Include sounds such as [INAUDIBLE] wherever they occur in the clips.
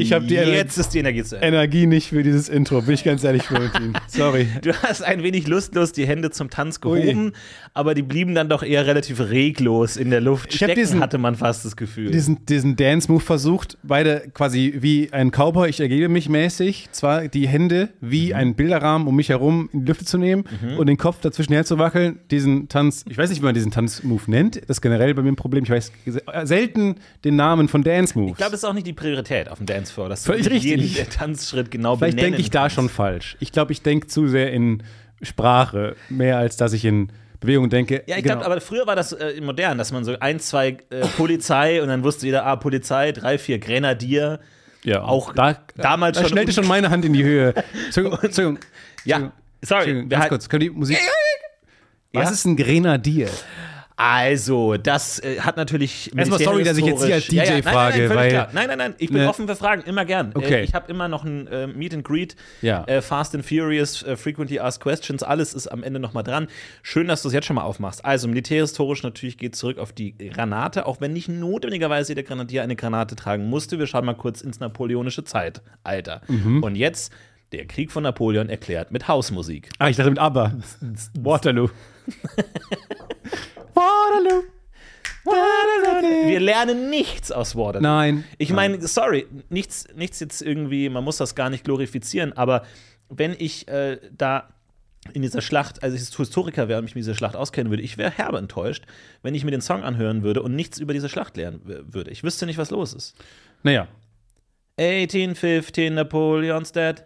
Ich hab die Ener- Jetzt ist die Energie zu Ende. Energie nicht für dieses Intro, bin ich ganz ehrlich mit Ihnen. Sorry. Du hast ein wenig lustlos die Hände zum Tanz gehoben, aber die blieben dann doch eher relativ reglos in der Luft Ich hab stecken, diesen- hatte man fast das Gefühl. Diesen, diesen Dance-Move versucht, beide quasi wie ein Cowboy, ich ergebe mich mäßig, zwar die Hände wie einen Bilderrahmen um mich herum in die Lüfte zu nehmen und den Kopf dazwischen herzuwackeln, diesen Tanz, ich weiß nicht, wie man diesen Tanz-Move nennt, das ist generell bei mir ein Problem, ich weiß äh, selten den Namen von Dance-Moves. ich glaube, das ist auch nicht die Priorität auf dem Dancefloor, dass Völlig du jeden richtig. Tanzschritt genau Vielleicht benennen denke ich da kannst. schon falsch. Ich glaube, ich denke zu sehr in Sprache, mehr als dass ich in Bewegung denke. Ja, ich Genau. glaube, aber früher war das äh, modern, dass man so ein, zwei äh, Polizei und dann wusste jeder, ah, Polizei, drei, vier Grenadier. Ja, auch da, damals da schon schnellte un- schon meine Hand in die Höhe. [LAUGHS] Entschuldigung, Entschuldigung. Ja, sorry. Entschuldigung, wir ganz hat- kurz, können die Musik. Ja? Was ist ein Grenadier? Also, das äh, hat natürlich. Erstmal sorry, dass ich jetzt Sie als militärhistorisch- DJ nein, nein, frage, weil- völlig Klar. Nein, nein, nein, ich bin Ne. offen für Fragen, immer gern. Äh, Okay. ich habe immer noch ein äh, Meet and Greet, Ja. äh, Fast and Furious, äh, Frequently Asked Questions, alles ist am Ende nochmal dran. Schön, dass du es jetzt schon mal aufmachst. Also, militärhistorisch natürlich geht zurück auf die Granate, auch wenn nicht notwendigerweise jeder Grenadier eine Granate tragen musste. Wir schauen mal kurz ins napoleonische Zeitalter. Mhm. Und jetzt. Der Krieg von Napoleon erklärt mit Hausmusik. Ah, ich dachte mit Aber. [LAUGHS] Waterloo. Waterloo. Wir Waterloo. lernen nichts aus Waterloo. Nein. Ich meine, sorry, nichts, nichts jetzt irgendwie, man muss das gar nicht glorifizieren, aber wenn ich äh, da in dieser Schlacht, also ich Historiker wäre und mich mit dieser Schlacht auskennen würde, ich wäre herbe enttäuscht, wenn ich mir den Song anhören würde und nichts über diese Schlacht lernen w- würde. Ich wüsste nicht, was los ist. Naja. 1815, Napoleon's [LAUGHS] dead.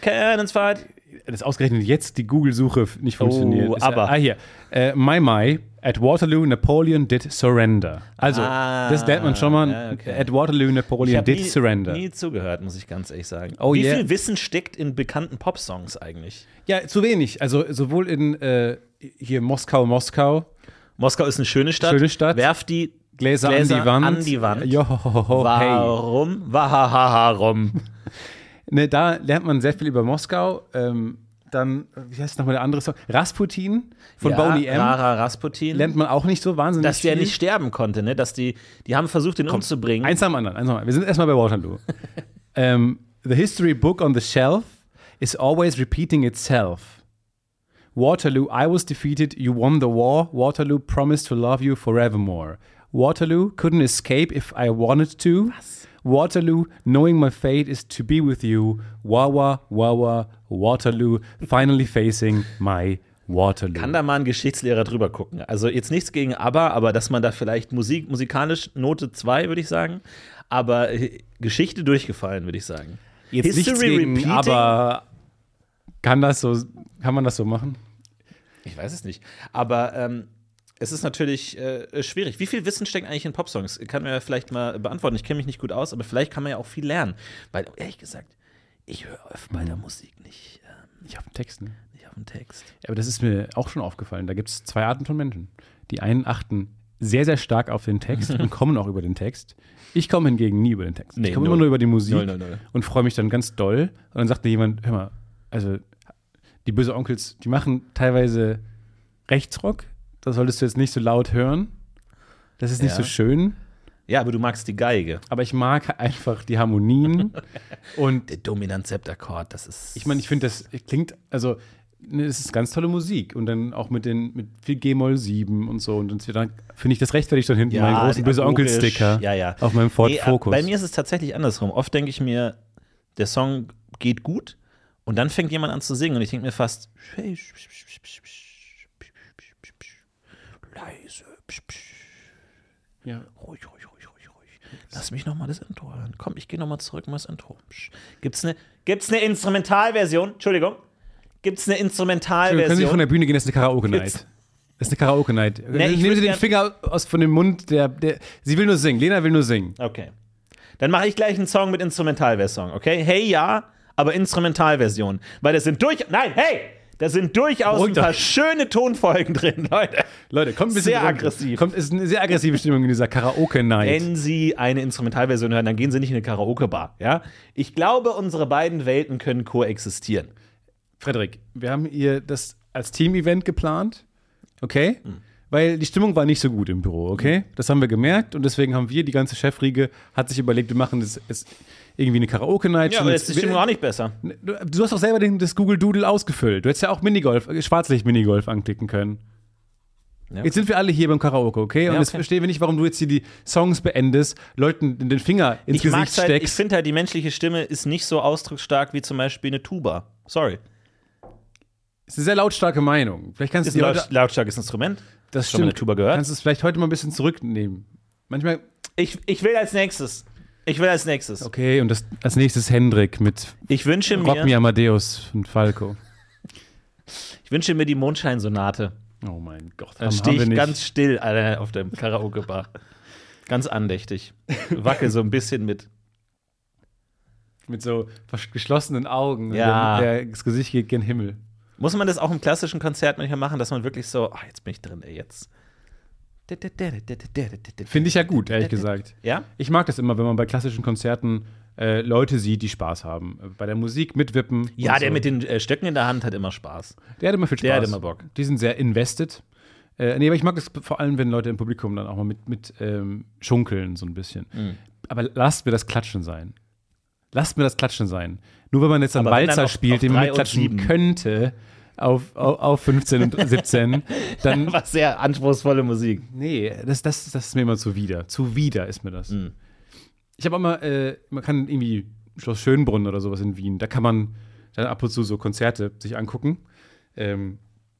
Cannons fight. Dass ausgerechnet jetzt die Google-Suche f- nicht funktioniert. Oh, Ist ja- aber. Ah, hier. Äh, my, my. At Waterloo, Napoleon did surrender. Also, Ah, das lernt man schon mal. ja, okay. At Waterloo, Ich Napoleon habe did nie, surrender. nie zugehört, muss ich ganz ehrlich sagen. Oh, Wie yeah. viel Wissen steckt in bekannten Popsongs eigentlich? Ja, zu wenig. Also sowohl in äh, hier Moskau, Moskau, Moskau ist eine schöne Stadt. Schöne Stadt. Werft die Gläser, an die Wand. An die Wand. Johohoho, hey. Warum? Warum? Ne, da lernt man sehr viel über Moskau. Ähm, dann, äh, wie heißt nochmal der andere Song? Rasputin von ja, Boney M. Rara Rasputin. Lernt man auch nicht so wahnsinnig dass der viel. nicht sterben konnte, ne? Dass die, die haben versucht, ihn umzubringen. Eins nach dem anderen. Eins nach dem anderen. Wir sind erstmal bei [LAUGHS] Waterloo. ähm, the history book on the shelf is always repeating itself. Waterloo, I was defeated, you won the war. Waterloo promised to love you forevermore. Waterloo couldn't escape if I wanted to. Waterloo, knowing my fate is to be with you. Wawa, wawa, Waterloo, finally facing my Waterloo. kann da mal ein Geschichtslehrer drüber gucken. Also jetzt nichts gegen ABBA, aber dass man da vielleicht Musik, musikalisch Note 2, würde ich sagen, aber äh, Geschichte durchgefallen, würde ich sagen. Jetzt nichts gegen, repeating? aber kann das so, kann man das so machen? Ich weiß es nicht. Aber ähm, es ist natürlich äh, schwierig. Wie viel Wissen steckt eigentlich in Popsongs? Kann man ja vielleicht mal beantworten. Ich kenne mich nicht gut aus, aber vielleicht kann man ja auch viel lernen. Weil, ehrlich gesagt, ich höre oft bei der Musik nicht, ähm, Ich habe einen Text, ne? nicht auf den Text. Ja, Aber das ist mir auch schon aufgefallen. Da gibt es zwei Arten von Menschen. Die einen achten sehr, sehr stark auf den [LAUGHS] Text und kommen auch über den Text. Ich komme hingegen nie über den Text. Nee, ich komme null. immer nur über die Musik Null, null, null. und freue mich dann ganz doll. Und dann sagt mir jemand, hör mal, also die böse Onkels, die machen teilweise Rechtsrock. Das solltest du jetzt nicht so laut hören. Das ist nicht Ja. so schön. Ja, aber du magst die Geige. Aber ich mag einfach die [LAUGHS] Harmonien. und Der Dominant-Septakkord, das ist. Ich meine, ich finde, das klingt, also ne, es ist ganz tolle Musik und dann auch mit den mit viel G-Moll 7 und so und dann finde ich das rechtfertigt schon hinten meinen die- großen böse logisch. Onkel-Sticker ja, ja. auf meinem Ford Nee, äh, Focus. Bei mir ist es tatsächlich andersrum. Oft denke ich mir, der Song geht gut und dann fängt jemand an zu singen und ich denke mir fast, leise, ja. ruhig, ruhig, ruhig, ruhig, ruhig. Lass mich nochmal das Intro hören. Komm, ich gehe nochmal zurück mal das Intro. Psch. Gibt's eine gibt's eine Instrumentalversion? Entschuldigung. Gibt's eine Entschuldigung, Können Sie von Instrumentalversion? der Bühne gehen, das ist eine Karaoke-Night. Jetzt- Das ist eine Karaoke-Night. ich Nehmen würd Sie den gern- Finger aus, von dem Mund, der, der. Sie will nur singen. Lena will nur singen. Okay. Dann mache ich gleich einen Song mit Instrumentalversion, okay? Hey ja, aber Instrumentalversion, weil das sind durch Nein, hey, Da sind durchaus Beruhigt ein paar euch. schöne Tonfolgen drin, [LAUGHS] Leute. Leute, kommt ein bisschen Sehr runter. aggressiv. Kommt, ist eine sehr aggressive Stimmung in dieser Karaoke-Night. Wenn Sie eine Instrumentalversion hören, dann gehen Sie nicht in eine Karaoke-Bar. Ja? Ich glaube, unsere beiden Welten können koexistieren. Frederik, wir haben ihr das als Team-Event geplant, okay? Mhm. Weil die Stimmung war nicht so gut im Büro, okay? Das haben wir gemerkt und deswegen haben wir, die ganze Chefriege, hat sich überlegt, wir machen das jetzt irgendwie eine Karaoke-Night. Ja, Schon aber jetzt- jetzt ist die Stimmung auch nicht besser. Du, du hast doch selber den, das Google Doodle ausgefüllt. Du hättest ja auch Minigolf, äh, Schwarzlicht-Minigolf anklicken können. Ja. Jetzt sind wir alle hier beim Karaoke, okay? Und Ja, jetzt okay. verstehen wir nicht, warum du jetzt hier die Songs beendest, Leuten den Finger ins Ich, Gesicht mag's halt, ich steckst. finde halt, die menschliche Stimme ist nicht so ausdrucksstark wie zum Beispiel eine Tuba. Sorry. Das ist eine sehr lautstarke Meinung. Vielleicht kannst du Ist die ein Leute, laut, lautstarkes Instrument. das schon mal eine Tuba gehört? Kannst du es vielleicht heute mal ein bisschen zurücknehmen. Manchmal, Ich, ich will als nächstes. Ich will als nächstes. okay, und das, als nächstes Hendrik mit Ich wünsche Rock mir, Me Amadeus von Falco. ich wünsche mir die Mondscheinsonate. Oh mein Gott, Da haben- stehe haben wir ich nicht. ganz still allein auf dem Karaoke-Bar. ganz andächtig. Wackel so ein bisschen mit. mit so versch- geschlossenen Augen. ne? Ja. Der, der, das Gesicht geht gen Himmel. Muss man das auch im klassischen Konzert manchmal machen, dass man wirklich so, ah, jetzt bin ich drin, ey, jetzt. Finde ich ja [LAUGHS] gut, ehrlich gesagt. Ja? Ich mag das immer, wenn man bei klassischen Konzerten äh, Leute sieht, die Spaß haben. Äh, Bei der Musik mitwippen. Ja, und der so. mit den äh, Stöcken in der Hand hat immer Spaß. Der hat immer viel Spaß. der hat immer Bock. Die sind sehr invested. Äh, nee, aber ich mag es vor allem, wenn Leute im Publikum dann auch mal mit, mit ähm, schunkeln, so ein bisschen. Mhm. Aber lasst mir das Klatschen sein. Lasst mir das Klatschen sein. Nur wenn man jetzt einen Aber wenn dann Walzer auf- auf spielt, den man drei mit und klatschen sieben. könnte, auf, auf, auf 15 [LAUGHS] und 17, dann, Was sehr anspruchsvolle Musik. Nee, das, das, das ist mir immer zuwider. Zuwider ist mir das. Mhm. Ich habe immer, äh, man kann irgendwie Schloss Schönbrunn oder sowas in Wien, da kann man dann ab und zu so Konzerte sich angucken. Ähm,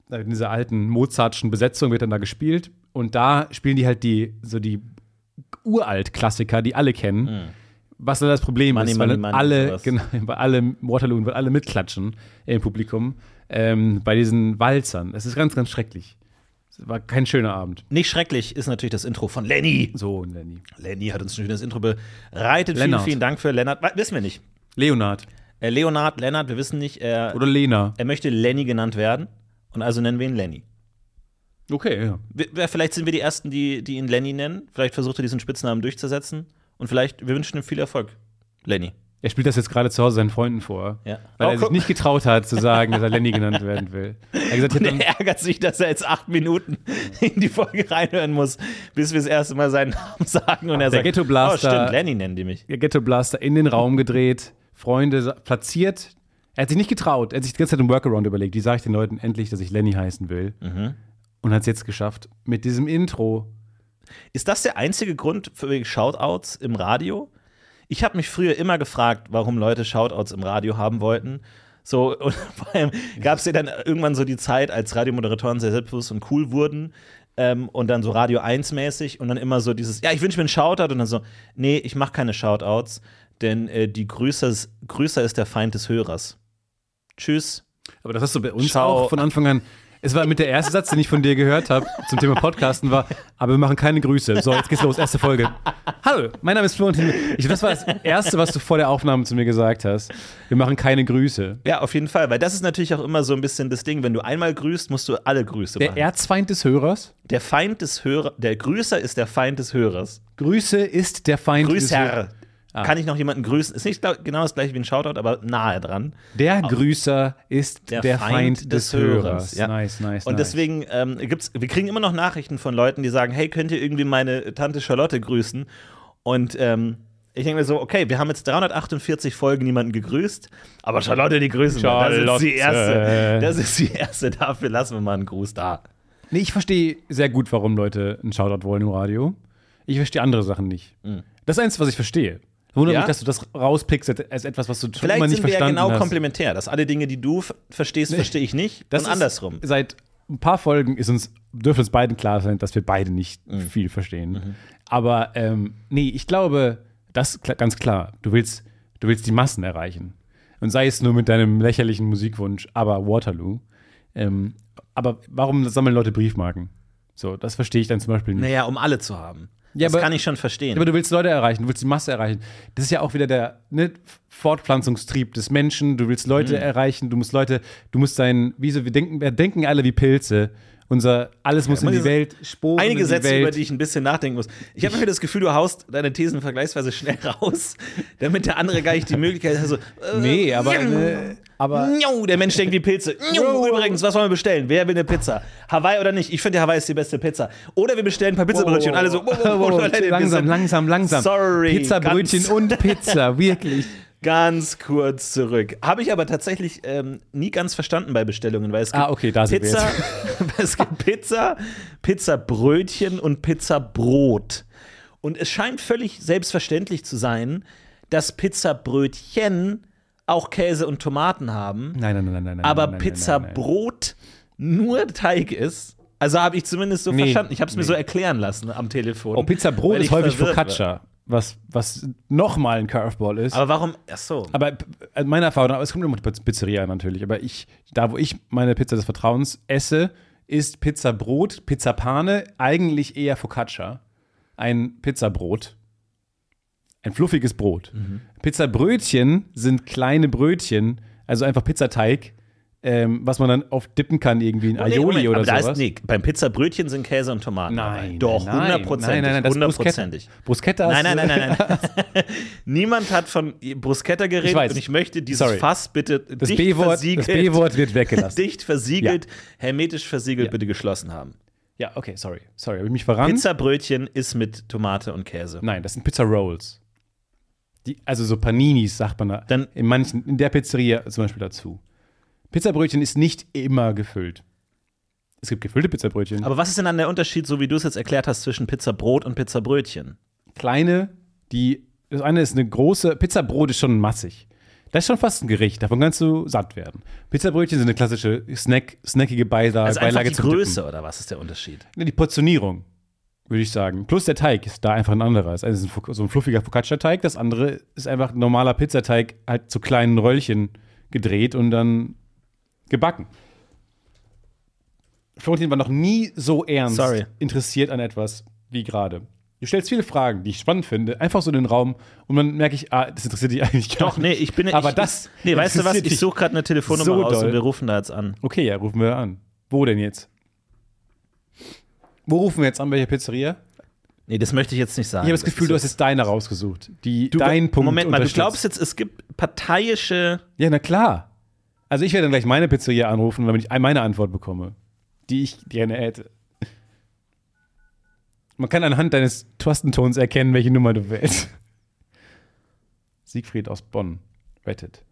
da in dieser alten Mozartschen Besetzung wird dann da gespielt. Und da spielen die halt die, so die Uralt-Klassiker, die alle kennen. Was dann das Problem Mhm. Money, ist, Money, weil dann Money, alle, sowas. genau, weil alle Waterloo, weil alle mitklatschen im Publikum ähm, bei diesen Walzern. Es ist ganz, ganz schrecklich. Es war kein schöner Abend. Nicht schrecklich ist natürlich das Intro von Lenny. So, Lenny. Lenny hat uns ein schönes Intro bereitet. Lennart. Vielen, vielen Dank für Lennart. We- Wissen wir nicht. Leonard Äh, Leonard, Lennart, wir wissen nicht. Er, oder Lena. er möchte Lenny genannt werden. Und also nennen wir ihn Lenny. Okay, ja. Wir, wir- vielleicht sind wir die Ersten, die, die ihn Lenny nennen. Vielleicht versucht er diesen Spitznamen durchzusetzen. Und vielleicht, wir wünschen ihm viel Erfolg. Lenny. Er spielt das jetzt gerade zu Hause seinen Freunden vor, Ja. weil Oh, er sich guck. nicht getraut hat zu sagen, dass er Lenny genannt werden will. Er hat gesagt, ich hab Und dann, er [LAUGHS] ärgert sich, dass er jetzt acht Minuten [LAUGHS] in die Folge reinhören muss, bis wir das erste Mal seinen Namen sagen. Und er sagt, Ghetto Blaster- oh stimmt, Lenny nennen die mich. der Ghetto Blaster in den Raum gedreht, Freunde sa- platziert. Er hat sich nicht getraut. Er hat sich die ganze Zeit einen Workaround überlegt. Wie sage ich den Leuten endlich, dass ich Lenny heißen will? Mhm. Und hat es jetzt geschafft mit diesem Intro. Ist das der einzige Grund für Shoutouts im Radio? Ich habe mich früher immer gefragt, warum Leute Shoutouts im Radio haben wollten. So, [LAUGHS] und vor allem gab es ja dann irgendwann so die Zeit, als Radiomoderatoren sehr selbstbewusst und cool wurden. Ähm, und dann so Radio 1-mäßig und dann immer so dieses, ja, ich wünsche mir einen Shoutout und dann so, nee, ich mache keine Shoutouts, denn äh, die Grüßer ist, Grüßer ist der Feind des Hörers. Tschüss. Aber das hast du bei uns Schau. auch von Anfang an. Es war mit der erste Satz, den ich von dir gehört habe zum Thema Podcasten, war, aber wir machen keine Grüße. So, jetzt geht's los, erste Folge. Hallo, mein Name ist Florentin. Ich, das war das Erste, was du vor der Aufnahme zu mir gesagt hast. Wir machen keine Grüße. Ja, auf jeden Fall, weil das ist natürlich auch immer so ein bisschen das Ding, wenn du einmal grüßt, musst du alle Grüße Der machen. Erzfeind des Hörers. Der Feind des Hörers, der Grüßer ist der Feind des Hörers. Grüße ist der Feind des Hörers. Grüßer. Ah. Kann ich noch jemanden grüßen? Ist nicht glaub- genau das gleiche wie ein Shoutout, aber nahe dran. Der Grüßer ist der, Der Feind, Feind des, des Hörers. Hörers, ja. Nice, nice, Und nice. deswegen ähm, gibt's, wir kriegen immer noch Nachrichten von Leuten, die sagen, hey, könnt ihr irgendwie meine Tante Charlotte grüßen? Und ähm, ich denke mir so, okay, wir haben jetzt 348 Folgen niemanden gegrüßt, aber Charlotte, die grüßen wir. Das ist die Charlotte. erste. Das ist die erste. Dafür lassen wir mal einen Gruß da. Nee, ich verstehe sehr gut, warum Leute einen Shoutout wollen im Radio. Ich verstehe andere Sachen nicht. Das ist eins, was ich verstehe. Hm. Wundert Ja? mich, dass du das rauspickst als- als etwas, was du schon Vielleicht immer nicht sind wir ja verstanden genau hast. komplementär, dass alle Dinge, die du f- verstehst, verstehe ich nicht. Das und ist- andersrum. Seit ein paar Folgen ist uns, dürfte uns beiden klar sein, dass wir beide nicht Hm. viel verstehen. Mhm. Aber ähm, nee, ich glaube, das ist kla- ganz klar. Du willst, du willst die Massen erreichen. Und sei es nur mit deinem lächerlichen Musikwunsch, aber Waterloo. Ähm, aber warum sammeln Leute Briefmarken? So, das verstehe ich dann zum Beispiel nicht. Naja, um alle zu haben. Ja, das aber- kann ich schon verstehen. Aber du willst Leute erreichen, du willst die Masse erreichen. Das ist ja auch wieder der ne, Fortpflanzungstrieb des Menschen. Du willst Leute Mhm. erreichen, du musst Leute, du musst dein, wieso, wir denken, wir denken alle wie Pilze. Unser, alles muss in die muss- Welt, Sporen in Einige die Sätze, Welt. über die ich ein bisschen nachdenken muss. Ich habe mir das Gefühl, du haust deine Thesen vergleichsweise schnell [LAUGHS] raus, damit der andere gar nicht die Möglichkeit hat. So, äh, nee, aber, miau, ne, aber miau, der Mensch denkt wie Pilze. Miau, Übrigens, was wollen wir bestellen? Wer will eine Pizza? Hawaii oder nicht? Ich finde, Hawaii ist die beste Pizza. Oder wir bestellen ein paar Pizzabrötchen. Und alle so, [LAUGHS] wow, wow, wow, Leute, wir langsam, sind- langsam, langsam. Sorry, Pizzabrötchen ganz- [LAUGHS] und Pizza, wirklich. Ganz kurz zurück. Habe ich aber tatsächlich ähm, nie ganz verstanden bei Bestellungen, weil es gibt Ah, okay, da sind wir Pizza, Also [LAUGHS] es gibt Pizza, Pizzabrötchen und Pizzabrot. Und es scheint völlig selbstverständlich zu sein, dass Pizzabrötchen auch Käse und Tomaten haben, Nein, nein, nein, nein, nein, nein. aber nein, nein, nein, nein. Pizzabrot nur Teig ist. Also habe ich zumindest so Nee, verstanden. Ich habe es mir nee. so Oh, erklären lassen am Telefon. Und Pizzabrot weil ist ich häufig verwirrt war. Focaccia, was, was nochmal ein Curveball ist. Aber warum? Ach so. Aber p- also meine Erfahrung, aber es kommt immer auf die Pizzeria an natürlich, aber ich, da wo ich meine Pizza des Vertrauens esse, ist Pizzabrot, Pizzapane eigentlich eher Focaccia. Ein Pizzabrot. Ein fluffiges Brot. Mhm. Pizzabrötchen sind kleine Brötchen, also einfach Pizzateig, ähm, was man dann oft dippen kann, irgendwie in Oh, Nee, Aioli Moment, oder aber da sowas. Ist, nee, beim Pizzabrötchen sind Käse und Tomaten. dabei. Nein, Doch, nein, nein, hundertprozentig. Nein, nein, nein, das ist hundertprozentig. Bruschetta. Bruschetta Nein, ist- nein, nein, nein, nein. [LAUGHS] Niemand hat von Bruschetta geredet Ich weiß. und ich möchte dieses Sorry. Fass bitte Das dicht B-Wort das versiegelt, B-Wort wird weggelassen. dicht versiegelt, hermetisch versiegelt bitte geschlossen haben. ja, okay, sorry. Sorry, habe ich mich verrannt? Pizzabrötchen ist mit Tomate und Käse. Nein, das sind Pizza Rolls. Die, also so Paninis, sagt man da. Dann- in manchen, in der Pizzeria zum Beispiel dazu. Pizzabrötchen ist nicht immer gefüllt. Es gibt gefüllte Pizzabrötchen. Aber was ist denn dann der Unterschied, so wie du es jetzt erklärt hast, zwischen Pizzabrot und Pizzabrötchen? kleine, die. Das eine ist eine große. Pizzabrot ist schon massig. Das ist schon fast ein Gericht, davon kannst du satt werden. Pizzabrötchen sind eine klassische Snack, snackige Beilage, Also einfach Beilage die zum Dippen. Größe oder was ist der [LAUGHS] Unterschied? Ne, Die Portionierung, würde ich sagen. Plus der Teig ist da einfach ein anderer. Das eine ist ein, Foc- so ein fluffiger Focaccia-Teig, das andere ist einfach ein normaler Pizzateig, halt zu kleinen Röllchen gedreht und dann gebacken. Florentin war noch nie so ernst Sorry. interessiert an etwas wie gerade. Du stellst viele Fragen, die ich spannend finde, einfach so in den Raum und dann merke ich, ah, das interessiert dich [LAUGHS] eigentlich gar Doch, nee, nicht. ich bin Aber ich, das. Nee, weißt du was? interessiert Ich dich. suche gerade eine Telefonnummer so raus doll. und wir rufen da jetzt an. Okay, ja, rufen wir an. Wo denn jetzt? Wo rufen wir jetzt an? Welche Pizzeria? Nee, das möchte ich jetzt nicht sagen. Ich habe das Gefühl, du hast ist- jetzt deine rausgesucht. Die deinen Punkt. Moment mal, du unterstützt. glaubst jetzt, es gibt parteiische. Ja, na klar. Also ich werde dann gleich meine Pizzeria anrufen, damit ich meine Antwort bekomme, die ich gerne hätte. Man kann anhand deines Tastentons erkennen, welche Nummer du wählst. Siegfried aus Bonn rettet.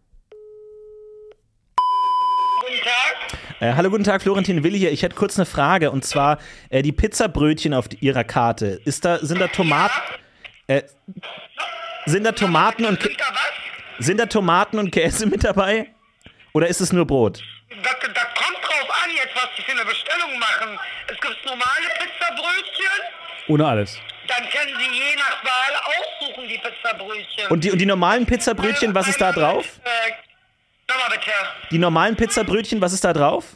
Guten Tag. Äh, hallo, guten Tag, Florentin Will hier. Ich hätte kurz eine Frage und zwar äh, die Pizzabrötchen auf die- ihrer Karte. Ist da, sind da Tomaten. Äh, sind da Tomaten und Kä- Peter, was? sind da Tomaten und Käse mit dabei? Oder ist es nur Brot? Das, das kommt drauf an jetzt, was die für eine Bestellung machen. Es gibt normale Pizzabrötchen, Ohne alles. dann können Sie je nach Wahl aussuchen, die Pizzabrötchen. Und die, und die normalen Pizzabrötchen, was ist da drauf? Äh, Nochmal bitte. Die normalen Pizzabrötchen, was ist da drauf?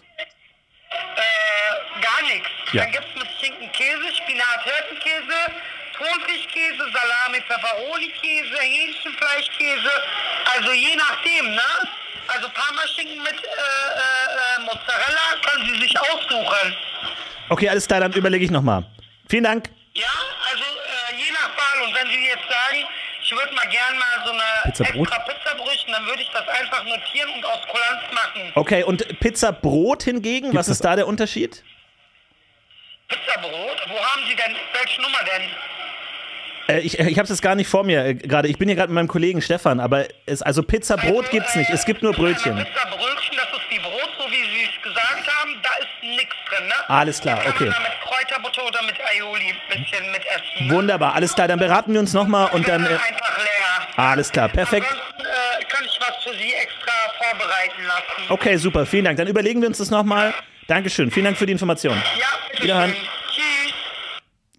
Äh, gar nichts. Ja. Dann gibt es mit Schinken Käse, Spinat, Hirtenkäse, Thunfischkäse, Salami, Pepperoni-Käse, Hähnchenfleischkäse. Also je nachdem, ne? Also Parmaschinken mit äh, äh, äh, Mozzarella können Sie sich aussuchen. Okay, alles klar, dann überlege ich nochmal. Vielen Dank. Ja, also äh, je nach Wahl. Und wenn Sie jetzt sagen, ich würde mal gern mal so eine Pizzabrot? extra Pizzabrötchen, dann würde ich das einfach notieren und aus Kulanz machen. Okay, und Pizzabrot hingegen, was das- ist da der Unterschied? Pizzabrot? Wo haben Sie denn, welche Nummer denn? Äh, ich ich habe es gar nicht vor mir äh, gerade. Ich bin hier gerade mit meinem Kollegen Stefan, aber es, also Pizzabrot gibt's nicht. Es gibt nur Brötchen. Pizzabrötchen, das ist wie Brot, so wie Sie es gesagt haben. Da ist nichts drin, ne? Alles klar, Kann man okay. da Mit Kräuterbutter oder mit Aioli ein bisschen mit essen. ne? Wunderbar, alles klar. Dann beraten wir uns nochmal und dann. Äh, Einfach leer. alles klar, perfekt. Ansonsten äh, kann ich was für Sie extra vorbereiten lassen. Okay, super, vielen Dank. Dann überlegen wir uns das nochmal. Dankeschön, vielen Dank für die Information. Ja, bitte Wiederhören. schön.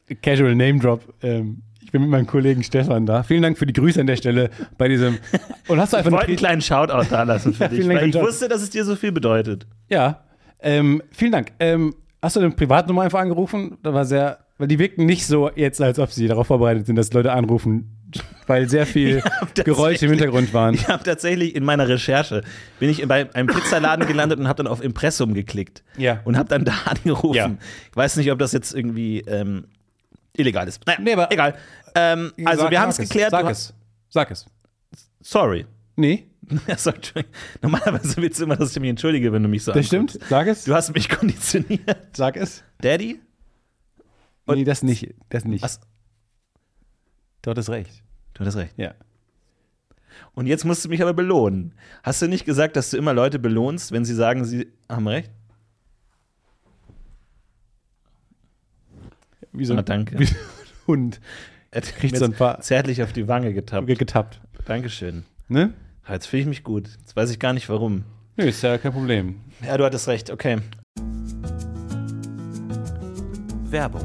Tschüss. Casual Name Drop. Ähm, ich bin mit meinem Kollegen Stefan da. Vielen Dank für die Grüße an der Stelle bei [LAUGHS] diesem. Und hast du einfach Ich eine wollte einen Pri- kleinen Shoutout da lassen für Ja, dich, vielen Dank weil ich für den Job. wusste, dass es dir so viel bedeutet. Ja, ähm, vielen Dank. Ähm, hast du deine Privatnummer einfach angerufen? Da war sehr Weil die wirken nicht so jetzt, als ob sie darauf vorbereitet sind, dass Leute anrufen, weil sehr viel Geräusche im Hintergrund waren. Ich habe tatsächlich in meiner Recherche bin ich bei einem Pizzaladen gelandet und habe dann auf Impressum geklickt. Ja. Und habe dann da [LAUGHS] angerufen. Ja. Ich weiß nicht, ob das jetzt irgendwie ähm, illegal ist. Naja, Nee, aber- egal. Ähm, also Sag- wir sag haben es geklärt. Sag Du- es. Sag es. Sorry. [LAUGHS] Nee, Also, Entschuldigung. Normalerweise willst du immer, dass ich mich entschuldige, wenn du mich so das anguckst. stimmt. Sag es. Du hast mich [LAUGHS] konditioniert. Sag es. Daddy? Nee, das nicht. Das nicht. Was? Du hattest recht. Du hattest recht. Ja. Und jetzt musst du mich aber belohnen. Hast du nicht gesagt, dass du immer Leute belohnst, wenn sie sagen, sie haben recht? Wie so Ah, danke. [LAUGHS] Wie so ein Hund. Er hat Kriegst mir so ein jetzt paar- zärtlich auf die Wange getappt. Getappt. Dankeschön. Ne? Ah, Jetzt fühle ich mich gut. Jetzt weiß ich gar nicht warum. Nö, ist ja kein Problem. Ja, du hattest recht. Okay. Werbung.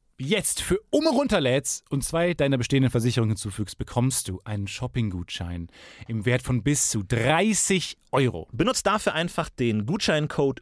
jetzt für Umme runterlädst und zwei deiner bestehenden Versicherungen hinzufügst, bekommst du einen Shopping-Gutschein im Wert von bis zu 30 Euro. Benutzt dafür einfach den Gutscheincode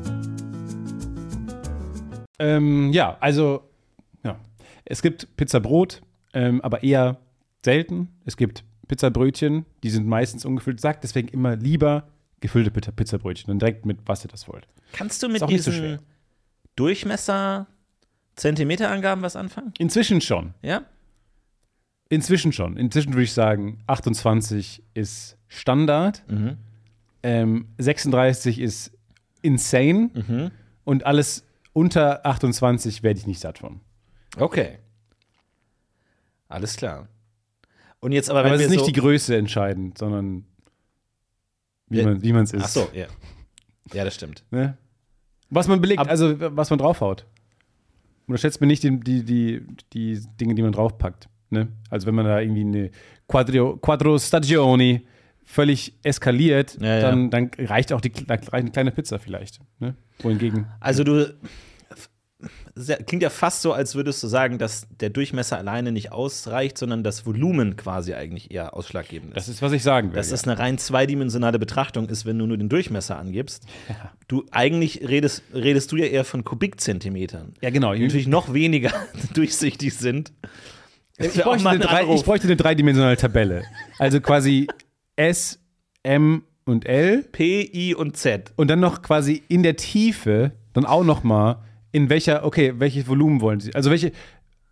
Ähm, ja, also, ja. Es gibt Pizzabrot, ähm, aber eher selten. Es gibt Pizzabrötchen, die sind meistens ungefüllt. Sagt deswegen immer lieber gefüllte Pizza- Pizzabrötchen. Dann direkt mit, was ihr das wollt. Kannst du mit Ist auch nicht so diesen schwer. Durchmesser, Zentimeterangaben was anfangen? Inzwischen schon. Ja? Inzwischen schon. Inzwischen würde ich sagen, 28 ist Standard, ähm, 36 ist insane und alles unter 28 werde ich nicht satt von. Okay. Alles klar. Und jetzt aber, wenn Aber es wir ist nicht so die Größe entscheidend, sondern wie Ja. man wie man es ist. Ach so, ja. Ja, das stimmt. Ne? Was man belegt, Ab- also was man draufhaut. Unterschätzt mir nicht die, die, die, die Dinge, die man draufpackt. Ne? Also wenn man da irgendwie eine Quadrio, Quattro Stagioni völlig eskaliert, Ja, ja. Dann, dann reicht auch die kle- reicht eine kleine Pizza vielleicht. Ne? Wohingegen. Also du sehr, klingt ja fast so, als würdest du sagen, dass der Durchmesser alleine nicht ausreicht, sondern das Volumen quasi eigentlich eher ausschlaggebend ist. Das ist, was ich sagen will. Dass ja. es eine rein zweidimensionale Betrachtung ist, wenn du nur den Durchmesser angibst. Du eigentlich redest, redest du ja eher von Kubikzentimetern. ja, genau. Die natürlich noch weniger [LAUGHS] durchsichtig sind. Das Ich wär bräuchte, mal eine ein drei, Anruf. ich bräuchte eine dreidimensionale Tabelle. Also quasi S, M und L P, I und Z. und dann noch quasi in der Tiefe dann auch noch mal in welcher okay welches Volumen wollen Sie also welche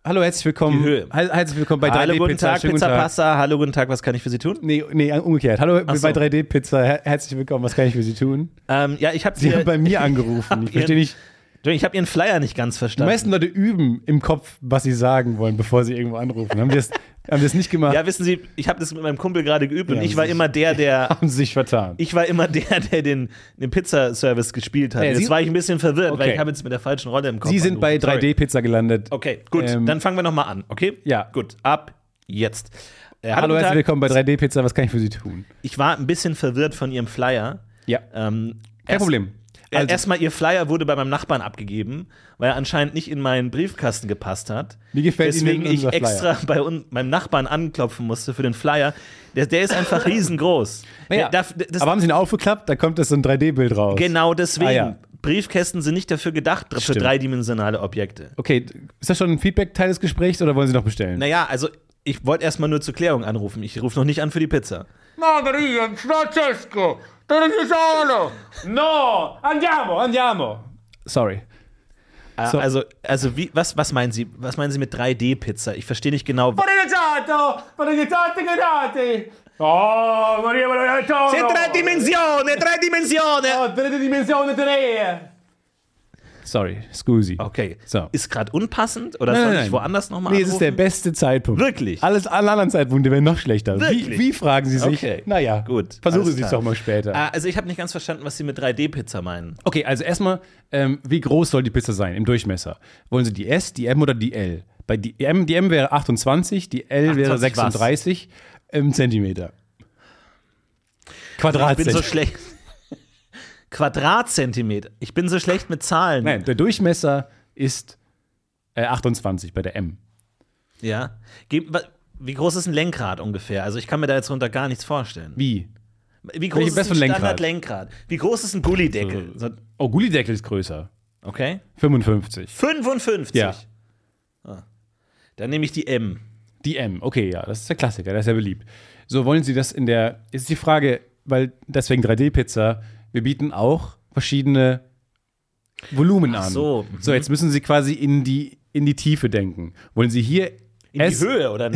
Hallo herzlich willkommen Die Höhe. Hal- herzlich willkommen bei 3D hallo, guten Pizza Tag, Schönen Pizza Pasta. Hallo, guten Tag, was kann ich für Sie tun? Nee, nee, umgekehrt. Hallo so. bei 3D Pizza. Her herzlich willkommen. Was kann ich für Sie tun? Ähm, ja, ich habe Sie haben bei mir angerufen. hab Ich verstehe Ihren- nicht. ich hab Ihren Flyer nicht ganz Die verstanden. meisten Leute üben im Kopf, was sie sagen wollen, bevor sie irgendwo anrufen. Haben die das Haben wir es nicht gemacht? Ja, wissen Sie, ich habe das mit meinem Kumpel gerade geübt Ja, und ich war das ist- immer [LAUGHS] der, der. Haben sie sich vertan. Ich war immer der, der den, den Pizzaservice gespielt hat. Ja, Sie- jetzt war ich ein bisschen verwirrt, weil Okay. ich habe jetzt mit der falschen Rolle im Kopf. sie sind bei angerufen. Sorry. 3D-Pizza gelandet. Okay, gut, Ähm, dann fangen wir nochmal an, okay? Ja. Gut, ab jetzt. Äh, Hallo, guten Tag. herzlich willkommen bei 3D-Pizza. Was kann ich für Sie tun? Ich war ein bisschen verwirrt von Ihrem Flyer. Ja. Ähm, Kein erst- Problem. äh, Also- Erstmal, Ihr Flyer wurde bei meinem Nachbarn abgegeben, weil er anscheinend nicht in meinen Briefkasten gepasst hat. Wie gefällt Ihnen Deswegen ich unser Flyer? extra bei un meinem Nachbarn anklopfen musste für den Flyer. Der, der ist [LAUGHS] einfach riesengroß. Naja, Der darf- das, aber haben Sie ihn aufgeklappt? Da kommt das so ein 3D-Bild raus. genau deswegen. Ah, ja. Briefkästen sind nicht dafür gedacht, für Stimmt. dreidimensionale Objekte. Okay, ist das schon ein Feedback-Teil des Gesprächs oder wollen Sie noch bestellen? Naja, also ich wollte erstmal nur zur Klärung anrufen. Ich rufe noch nicht an für die Pizza. Maria, Francesco, te ne sei solo. No! Andiamo, andiamo! Sorry. Äh, So. Also, also wie, was, was meinen Sie? Was meinen Sie mit 3D-Pizza? Ich verstehe nicht genau. wa- Organizzato, organizzate grati. Oh, Maria, Maria, ciao. Dimensionen, drei Dimensionen! Oh, dritte Dimension, tre. Sorry, scusi. Okay, So. ist gerade unpassend oder soll ich woanders nochmal Nee, anrufen? es ist der beste Zeitpunkt. Wirklich? Alles, alle anderen Zeitpunkte wären noch schlechter. Wie, Wirklich? wie fragen Sie sich? Okay. Naja, Gut, Versuchen alles Sie es klar. doch mal später. Ah, also ich habe nicht ganz verstanden, was Sie mit 3D-Pizza meinen. Okay, also erstmal, ähm, wie groß soll die Pizza sein im Durchmesser? Wollen Sie die S, die M oder die L? Bei die M, die M wäre 28, die L wäre 28 was? 36 ähm, Zentimeter. Ich bin so Quadratzentimeter. schlecht. Quadratzentimeter. Ich bin so schlecht mit Zahlen. Nein, der Durchmesser ist äh, 28 bei der M. Ja. Geb- wa- Wie groß ist ein Lenkrad ungefähr? Also ich kann mir da jetzt runter gar nichts vorstellen. Wie? Wie groß Welche- was ist für ein ein Lenkrad? Standard-Lenkrad? Wie groß ist ein Gullideckel? So, Oh, Gullideckel ist größer. okay. 55. 55. Ja. Ah. Dann nehme ich die M. Die M, okay, ja, das ist der Klassiker, der ist ja beliebt. So, wollen Sie das in der. Jetzt ist die Frage, weil deswegen 3D-Pizza, wir bieten auch verschiedene Volumen an. so, mhm. so, jetzt müssen Sie quasi in die, in die Tiefe denken. Wollen Sie hier. In S, die Höhe, oder?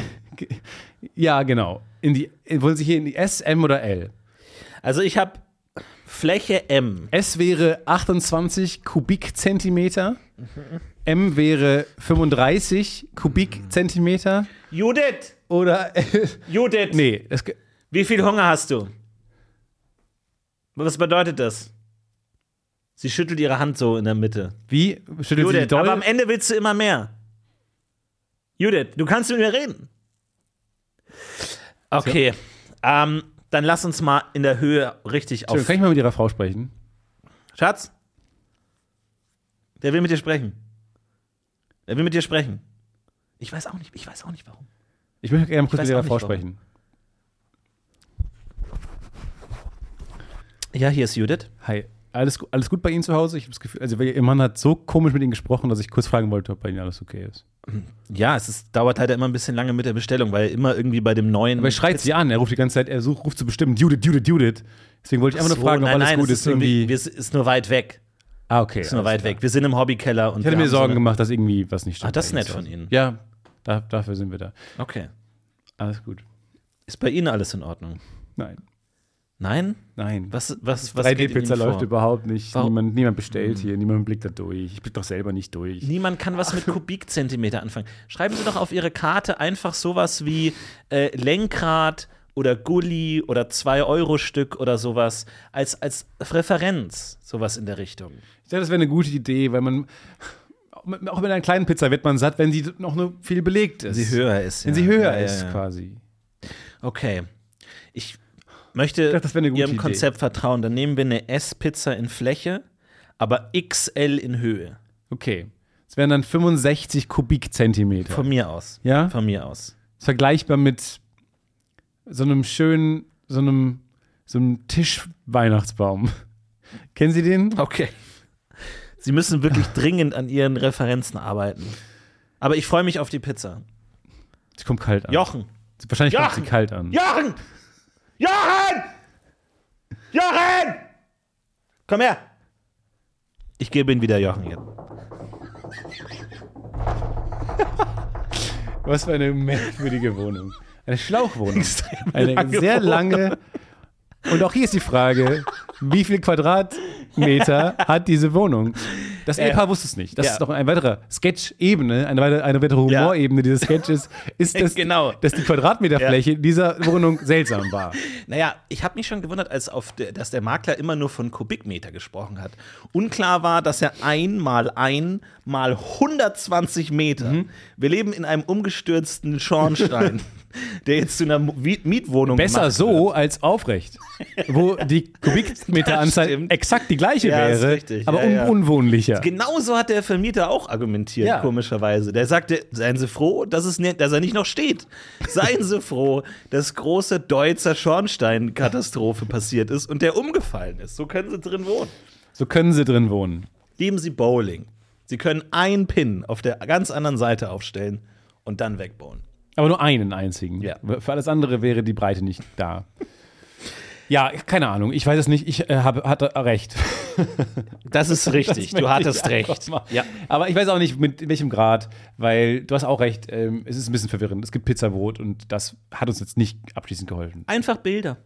Ja, genau. In die, wollen Sie hier in die S, M oder L? Also ich habe Fläche M. S wäre 28 Kubikzentimeter. M wäre 35 Kubikzentimeter. Judith! Oder. [LAUGHS] Judith! nee, das, Wie viel Hunger hast du? Was bedeutet das? Sie schüttelt ihre Hand so in der Mitte. wie? Schüttelt Sie die Judith, doll? aber am Ende willst du immer mehr. Judith, du kannst mit mir reden. Okay, ähm, dann lass uns mal in der Höhe richtig Entschuldigung, auf. Kann ich mal mit Ihrer Frau sprechen? Schatz? Der will mit dir sprechen. Der will mit dir sprechen. Ich weiß auch nicht, ich weiß auch nicht warum. Ich möchte gerne kurz weiß mit Ihrer auch Frau nicht, warum. sprechen. Ja, hier ist Judith. Hi. Alles, gu- alles gut bei Ihnen zu Hause? Ich habe das Gefühl, also Ihr Mann hat so komisch mit Ihnen gesprochen, dass ich kurz fragen wollte, ob bei Ihnen alles okay ist. Ja, es ist, dauert halt immer ein bisschen lange mit der Bestellung, weil immer irgendwie bei dem neuen. Aber er schreit sie an, er ruft die ganze Zeit, er sucht, ruft zu bestimmen, Judith, Judith, Judith. Deswegen wollte ich einfach So, nur fragen, ob nein, alles nein, gut es ist. Irgendwie. wir- es ist nur weit weg. ah, okay. Es ist nur alles weit klar. weg. Wir sind im Hobbykeller und Ich hatte mir Sorgen so gemacht, dass irgendwie was nicht stimmt. Ah, das ist bei Ihnen nett zu von Hause. Ihnen. Ja, da, dafür sind wir da. Okay. Alles gut. Ist bei Ihnen alles in Ordnung? Nein. Nein? Nein. Was was was geht in 3D-Pizza Ihnen vor? läuft überhaupt nicht. Warum? Hm. Niemand, niemand bestellt hier, niemand blickt da durch. Ich blick doch selber nicht durch. Niemand kann was [LAUGHS] mit Kubikzentimeter anfangen. Schreiben Sie doch auf Ihre Karte einfach sowas wie äh, Lenkrad oder Gully oder 2-Euro-Stück oder sowas als, als Referenz, sowas in der Richtung. Ich dachte, das wäre eine gute Idee, weil man. Auch mit einer kleinen Pizza wird man satt, wenn sie noch nur viel belegt ist. höher ist. wenn sie höher ist, quasi. Okay. Ich möchte dachte, das wäre eine gute Ihrem Idee. Konzept vertrauen. Dann nehmen wir eine S-Pizza in Fläche, aber XL in Höhe. Okay. Es wären dann 65 Kubikzentimeter. Von mir aus. ja? Von mir aus. Ist vergleichbar mit so einem schönen, so einem, so einem Tischweihnachtsbaum. [LAUGHS] Kennen Sie den? Okay. Sie müssen [LAUGHS] wirklich dringend an Ihren Referenzen arbeiten. Aber ich freue mich auf die Pizza. Sie kommt kalt an. Jochen! Wahrscheinlich kommt sie Jochen! kalt an. Jochen! Jochen! Jochen! Komm her! Ich gebe ihn wieder Jochen jetzt. Was für eine merkwürdige Wohnung. Eine Schlauchwohnung. Extrem Eine lange sehr Wohnung. lange. [LAUGHS] Und auch hier ist die Frage, wie viel Quadratmeter hat diese Wohnung? Das Ja. Ehepaar wusste es nicht. Das Ja. ist noch eine weitere Sketch-Ebene, eine weitere, eine weitere Ja. Humorebene dieses Sketches, [LAUGHS] ist, dass, Genau. dass die Quadratmeterfläche dieser Wohnung seltsam [LAUGHS] war. Naja, ich habe mich schon gewundert, als auf der, dass der Makler immer nur von Kubikmeter gesprochen hat. Unklar war, dass er einmal ein mal 120 Meter. Wir leben in einem umgestürzten [LAUGHS] Schornstein, der jetzt zu einer Mu- Wie- Mietwohnung Besser gemacht so als aufrecht, wo [LAUGHS] die Das Kubikmeteranzahl stimmt. exakt die gleiche Ja, ist wäre, richtig. aber Ja, un ja. unwohnlicher. Genauso hat der Vermieter auch argumentiert, Ja. komischerweise. Der sagte, seien Sie froh, dass, es, nicht- dass er nicht noch steht. Seien Sie froh, dass große Deutzer Schornsteinkatastrophe passiert ist und der umgefallen ist. So können Sie drin wohnen. So können sie drin wohnen. Lieben Sie Bowling. Sie können einen Pin auf der ganz anderen Seite aufstellen und dann wegbauen. Aber nur einen einzigen. Ja. Für alles andere wäre die Breite nicht da. Ja, keine Ahnung. Ich weiß es nicht. Ich äh, habe, hatte [LAUGHS] recht. Das [LAUGHS] ist richtig. möchte du ich hattest einfach recht. mal. Ja. Aber ich weiß auch nicht, mit welchem Grad, weil du hast auch recht, ähm, es ist ein bisschen verwirrend. Es gibt Pizzabrot und das hat uns jetzt nicht abschließend geholfen. Einfach Bilder.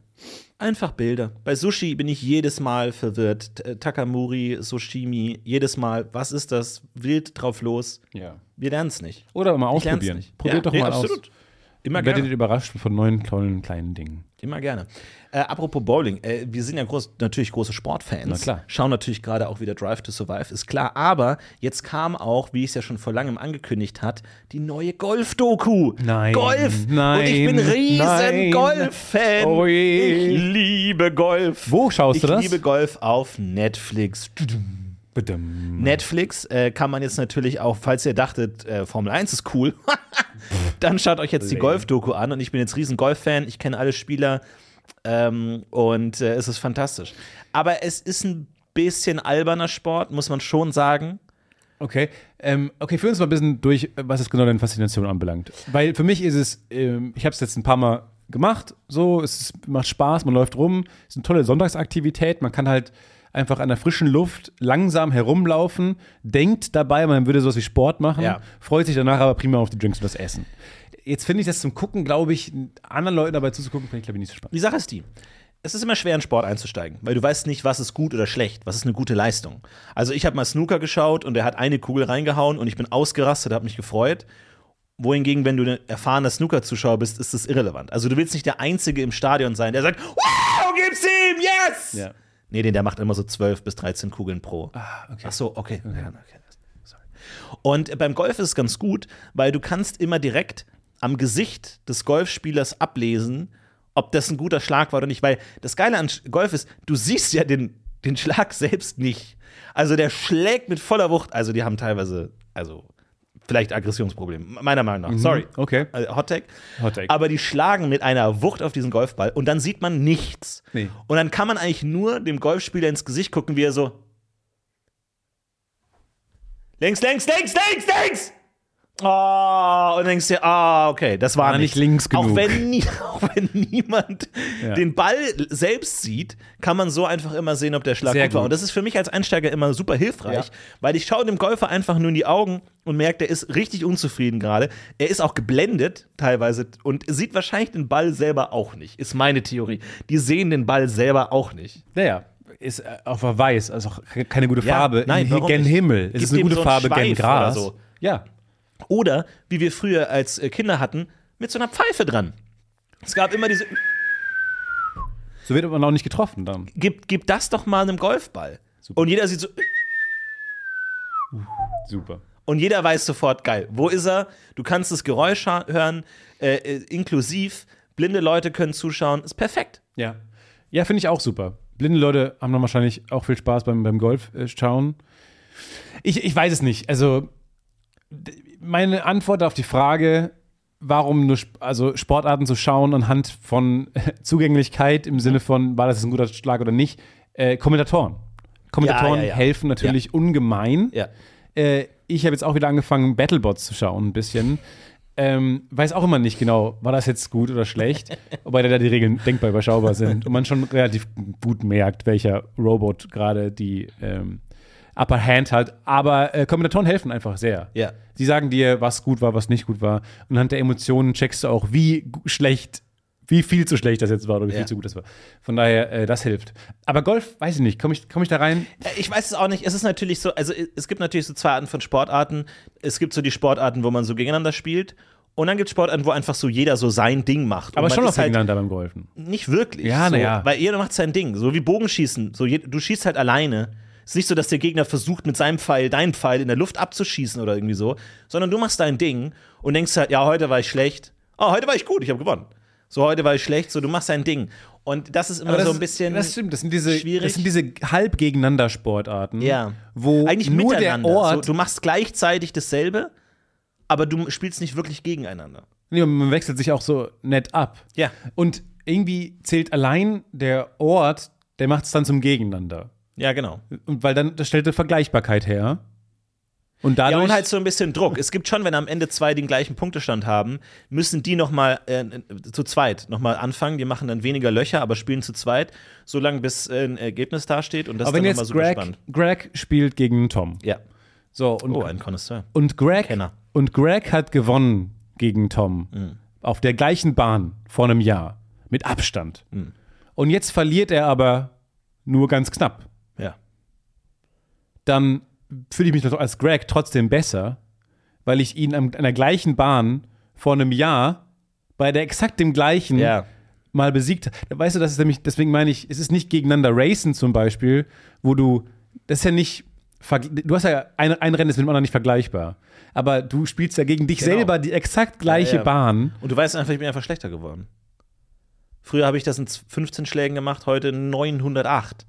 Einfach Bilder. Bei Sushi bin ich jedes Mal verwirrt. T- äh, Takamuri, Sushimi, jedes Mal, was ist das? Wild drauf los. Ja. Wir lernen es nicht. Oder mal Ich lern's ausprobieren. nicht. Probiert Ja, doch nee, mal aus. absolut. Immer Ihr werdet gerne. überrascht von neuen, tollen, kleinen Dingen. Immer gerne. Äh, apropos Bowling, äh, wir sind ja groß, natürlich große Sportfans. Na klar. Schauen natürlich gerade auch wieder Drive to Survive, ist klar. Aber jetzt kam auch, wie ich es ja schon vor langem angekündigt hat, die neue Golf-Doku. Nein, Golf. nein, Und ich bin riesen nein. Golf-Fan. Oh je. ich liebe Golf. Wo schaust ich du das? liebe Golf auf Netflix. Badum. Netflix äh, kann man jetzt natürlich auch, falls ihr dachtet, äh, Formel 1 ist cool, [LAUGHS] dann schaut euch jetzt die Golf-Doku an und ich bin jetzt riesen Golf-Fan, ich kenne alle Spieler ähm, und äh, es ist fantastisch. Aber es ist ein bisschen alberner Sport, muss man schon sagen. Okay, ähm, okay, führ uns mal ein bisschen durch, äh, was es genau deine Faszination anbelangt. Weil für mich ist es, ähm, ich habe es jetzt ein paar Mal gemacht, so, es ist, macht Spaß, man läuft rum, es ist eine tolle Sonntagsaktivität, man kann halt einfach an der frischen Luft langsam herumlaufen, denkt dabei, man würde sowas wie Sport machen, Ja. freut sich danach aber prima auf die Drinks und das Essen. Jetzt finde ich das zum Gucken, glaube ich, anderen Leuten dabei zuzugucken, finde ich, glaube ich, nicht so spannend. Die Sache ist die. Es ist immer schwer, in Sport einzusteigen, weil du weißt nicht, was ist gut oder schlecht, was ist eine gute Leistung. Also ich habe mal Snooker geschaut und er hat eine Kugel reingehauen und ich bin ausgerastet, habe mich gefreut. Wohingegen, wenn du ein erfahrener Snooker-Zuschauer bist, ist das irrelevant. Also du willst nicht der Einzige im Stadion sein, der sagt, wow, gib's ihm, yes! Ja. Nee, den, der macht immer so 12 bis 13 Kugeln pro. Ah, okay. Ach so, okay. Ja, okay. Sorry. Und äh, beim Golf ist es ganz gut, weil du kannst immer direkt am Gesicht des Golfspielers ablesen, ob das ein guter Schlag war oder nicht. Weil das Geile an Sch- Golf ist, du siehst ja den, den Schlag selbst nicht. Also der schlägt mit voller Wucht. Also die haben teilweise, also vielleicht Aggressionsprobleme, meiner Meinung nach. Sorry. Mhm. okay. Äh, Hot Take. Hot Take. Aber die schlagen mit einer Wucht auf diesen Golfball und dann sieht man nichts. Nee. Und dann kann man eigentlich nur dem Golfspieler ins Gesicht gucken, wie er so. Links, links, links, links, links! Ah, und dann denkst du dir, ah, okay, das war, War nicht links genug. Auch wenn, nie, [LAUGHS] auch wenn niemand Ja. den Ball selbst sieht, kann man so einfach immer sehen, ob der Schlag Sehr gut war. gut. Und das ist für mich als Einsteiger immer super hilfreich, Ja. weil ich schaue dem Golfer einfach nur in die Augen und merke, der ist richtig unzufrieden gerade. Er ist auch geblendet teilweise und sieht wahrscheinlich den Ball selber auch nicht, ist meine Theorie. Die sehen den Ball selber auch nicht. Naja, ist äh, auf weiß, also auch ke- keine gute Ja, Farbe. nein, Hi- warum gen nicht? Himmel. Es Gib ist eine dem gute so einen Farbe, gen Schweif oder Gras. so. Ja. Oder wie wir früher als äh, Kinder hatten, mit so einer Pfeife dran. Es gab immer diese, So wird man auch nicht getroffen dann. gib, gib das doch mal einem Golfball. Super. Und jeder sieht so, Super. Und jeder weiß sofort, geil, wo ist er? Du kannst das Geräusch ha- hören, äh, äh, inklusiv, blinde Leute können zuschauen, ist perfekt. Ja. Ja, finde ich auch super. Blinde Leute haben dann wahrscheinlich auch viel Spaß beim, beim Golf äh, schauen. Ich, ich weiß es nicht. Also, d- meine Antwort auf die Frage, warum nur Sp also Sportarten zu schauen anhand von [LAUGHS] Zugänglichkeit im Sinne von, war das jetzt ein guter Schlag oder nicht, äh, Kommentatoren. Kommentatoren Ja, ja, ja. helfen natürlich ungemein. Ja. äh, ich habe jetzt auch wieder angefangen, Battlebots zu schauen, ein bisschen. Ähm, weiß auch immer nicht genau, war das jetzt gut [LAUGHS] oder schlecht, wobei da die Regeln denkbar überschaubar sind und man schon relativ gut merkt, welcher Robot gerade die ähm, Upper Hand hat. Aber äh, Kommentatoren helfen einfach sehr. Ja. Sie sagen dir, was gut war, was nicht gut war. Und anhand der Emotionen checkst du auch, wie gu- schlecht wie viel zu schlecht das jetzt war oder wie Ja. viel zu gut das war. Von daher, äh, das hilft. Aber Golf, weiß ich nicht, komme ich, komm ich da rein? Äh, Ich weiß es auch nicht. Es ist natürlich so, also es gibt natürlich so zwei Arten von Sportarten. Es gibt so die Sportarten, wo man so gegeneinander spielt. Und dann gibt es Sportarten, wo einfach so jeder so sein Ding macht. Aber und man schon ist halt noch gegeneinander beim Golfen. Nicht wirklich. Ja, so, na ja. Weil jeder macht sein Ding. So wie Bogenschießen. So, je- du schießt halt alleine. Es ist nicht so, dass der Gegner versucht, mit seinem Pfeil deinen Pfeil in der Luft abzuschießen oder irgendwie so, sondern du machst dein Ding und denkst halt, ja, heute war ich schlecht. Ah, heute war ich gut, ich habe gewonnen. So, heute war ich schlecht, so, du machst dein Ding. Und das ist immer Aber so das ein ist- bisschen. Das stimmt, das sind diese, schwierig. Das sind diese halb gegeneinander Sportarten, Ja. wo Eigentlich nur der miteinander. Ort, so, du machst gleichzeitig dasselbe, aber du spielst nicht wirklich gegeneinander. nee, man wechselt sich auch so nett ab. Ja. Und irgendwie zählt allein der Ort, der macht es dann zum Gegeneinander. Ja, genau. Und weil dann, das stellt eine Vergleichbarkeit her. Und dadurch. Ja, und halt so ein bisschen Druck. Es gibt schon, wenn am Ende zwei den gleichen Punktestand haben, müssen die nochmal äh, zu zweit nochmal anfangen. Die machen dann weniger Löcher, aber spielen zu zweit, solange bis äh, ein Ergebnis dasteht. Und das aber wenn ist dann nochmal jetzt super Greg, spannend. Greg spielt gegen Tom. Ja. So, und, Oh, ein Connoisseur. und, Greg, Kenner. Mhm. und Greg hat gewonnen gegen Tom. Auf der gleichen Bahn vor einem Jahr. Mit Abstand. Mhm. Und jetzt verliert er aber nur ganz knapp. Ja. dann fühle ich mich doch als Greg trotzdem besser, weil ich ihn an einer gleichen Bahn vor einem Jahr bei der exakt dem gleichen Ja. mal besiegt habe. Weißt du, das ist nämlich, deswegen meine ich, es ist nicht gegeneinander racen zum Beispiel, wo du, das ist ja nicht, vergl- du hast ja, ein, ein Rennen ist mit dem anderen nicht vergleichbar, aber du spielst ja gegen dich Genau. selber die exakt gleiche ja. Bahn. Und du weißt einfach, ich bin einfach schlechter geworden. Früher habe ich das in 15 Schlägen gemacht, heute 908.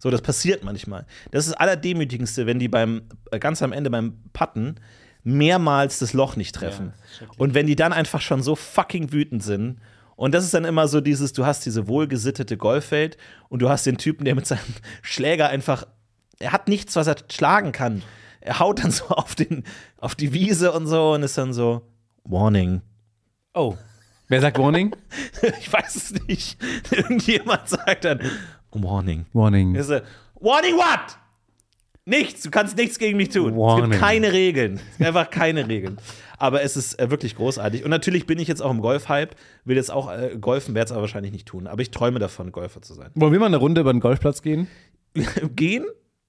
So, das passiert manchmal. Das ist das Allerdemütigendste, wenn die beim äh, ganz am Ende beim Patten mehrmals das Loch nicht treffen. und wenn die dann einfach schon so fucking wütend sind. Und das ist dann immer so dieses, du hast diese wohlgesittete Golffeld und du hast den Typen, der mit seinem [LAUGHS] Schläger einfach, er hat nichts, was er schlagen kann. Er haut dann so auf, den, auf die Wiese und so und ist dann so, Warning. Oh. Wer sagt Warning? Ich weiß es nicht. [LAUGHS] Irgendjemand sagt dann [LAUGHS] Warning. Warning. Ist, äh, Warning what? Nichts, du kannst nichts gegen mich tun. Es Warning. gibt keine Regeln. Es gibt Einfach keine Regeln. Aber es ist äh, wirklich großartig. Und natürlich bin ich jetzt auch im Golf-Hype, will jetzt auch äh, golfen, werde es aber wahrscheinlich nicht tun. Aber ich träume davon, Golfer zu [LAUGHS] sein. Wollen wir mal eine Runde über den Golfplatz gehen? Gehen?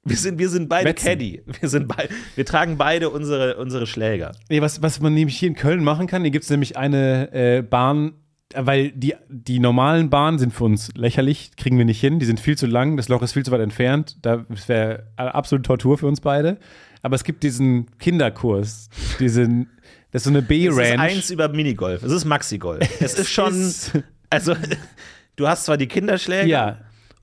Wir sind, wir sind beide Wetzen. Caddy. Wir, sind bei, wir tragen beide unsere, unsere Schläger. Nee, was, was man nämlich hier in Köln machen kann, hier gibt es nämlich eine äh, Bahn, äh, weil die, die normalen Bahnen sind für uns lächerlich, kriegen wir nicht hin, die sind viel zu lang, das Loch ist viel zu weit entfernt, da das wäre absolute Tortur für uns beide. Aber es gibt diesen Kinderkurs, diesen, das ist so eine Es ist B-Ranch. eins über Minigolf. Es ist Maxi-Golf. Es [LAUGHS] ist schon. ist- Also, [LAUGHS] du hast zwar die Kinderschläge, Ja,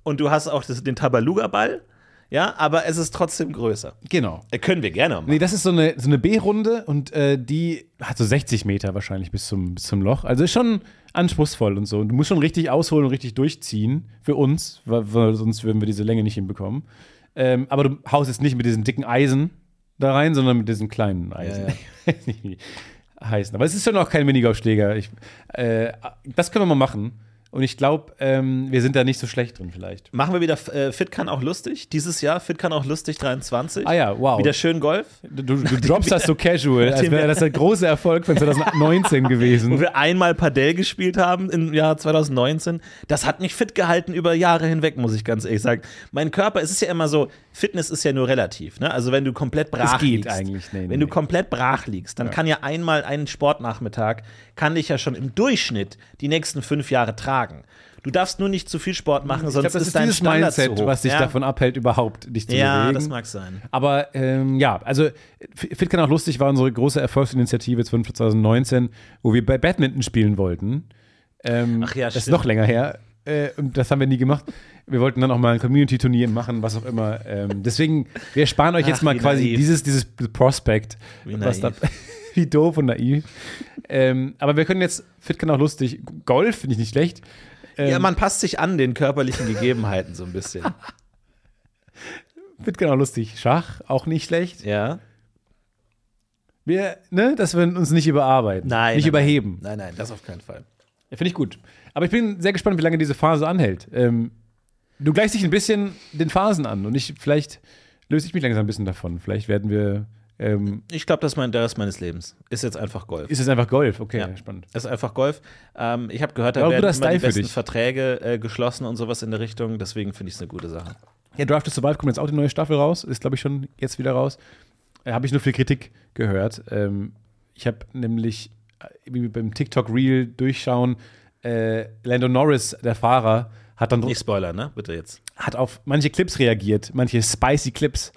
und du hast auch das, den Tabaluga-Ball, ja, aber es ist trotzdem größer. genau. Äh, Können wir gerne machen. Nee, das ist so eine, so eine B-Runde und äh, die hat so 60 Meter wahrscheinlich bis zum, bis zum Loch. Also ist schon anspruchsvoll und so. Und du musst schon richtig ausholen und richtig durchziehen für uns, weil, weil sonst würden wir diese Länge nicht hinbekommen. Ähm, aber du haust jetzt nicht mit diesen dicken Eisen da rein, sondern mit diesen kleinen Eisen. Ich [LAUGHS] weiß nicht, wie die heißen. Aber es ist schon auch kein Minigolfschläger. Ich, äh, das können wir mal machen. Und ich glaube, ähm, wir sind da nicht so schlecht drin vielleicht. Machen wir wieder äh, Fit kann auch lustig. Dieses Jahr Fit kann auch lustig 23. Ah ja, wow. Wieder schön Golf. Du, du, du droppst das so [LAUGHS] casual, als nachdem wäre wir- das der große Erfolg [LAUGHS] von 2019 gewesen. Wo wir einmal Padel gespielt haben im Jahr 2019. Das hat mich fit gehalten über Jahre hinweg, muss ich ganz ehrlich sagen. Mein Körper, es ist ja immer so, Fitness ist ja nur relativ. Ne? Also wenn du komplett brach geht liegst, eigentlich, nee, nee, wenn du nee. komplett brach liegst, dann kann ja einmal einen Sportnachmittag, kann dich ja schon im Durchschnitt die nächsten fünf Jahre tragen. Du darfst nur nicht zu viel Sport machen, Ich sonst glaube, das ist, ist dein dieses Standard Mindset, zu hoch. was dich ja? davon abhält, überhaupt dich zu Ja, bewegen. das mag sein. Aber ähm, ja, also F- Fit kann auch lustig war unsere große Erfolgsinitiative 2019, wo wir bei Badminton spielen wollten. Ähm, Ach ja, das ist stimmt. noch länger her. Äh, und das haben wir nie gemacht. Wir wollten dann auch mal ein Community-Turnier machen, was auch immer. Ähm, deswegen, wir sparen euch jetzt Ach, mal wie quasi naiv. dieses, dieses Prospect. Wie was da, naiv. [LAUGHS] wie doof und naiv. ähm, aber wir können jetzt, Fit kann auch lustig. Golf finde ich nicht schlecht. Ja, man passt sich an den körperlichen Gegebenheiten so ein bisschen. Fit kann auch genau lustig. Schach auch nicht schlecht. Ja. Wir, ne, dass wir uns nicht überarbeiten. Nein. Nicht nein, überheben. Nein, nein, das auf keinen Fall. Finde ich gut. Aber ich bin sehr gespannt, wie lange diese Phase anhält. Ähm, du gleichst dich ein bisschen den Phasen an und ich, vielleicht löse ich mich langsam ein bisschen davon. Vielleicht werden wir Ähm, Ich glaube, das ist mein, der Rest meines Lebens. Ist jetzt einfach Golf. ist es einfach Golf? Okay, Ja. spannend. Das ist einfach Golf. Ähm, ich habe gehört, da Ja, guter werden immer Style die für besten dich. Verträge äh, geschlossen und sowas in der Richtung. Deswegen finde ich es eine gute Sache. Ja, Drive to Survive kommt jetzt auch die neue Staffel raus. Ist, glaube ich, schon jetzt wieder raus. Äh, habe ich nur viel Kritik gehört. Ähm, ich habe nämlich äh, wie beim TikTok-Reel durchschauen, äh, Lando Norris, der Fahrer, hat dann Nicht Spoiler, ne? Bitte jetzt. hat auf manche Clips reagiert, manche spicy Clips.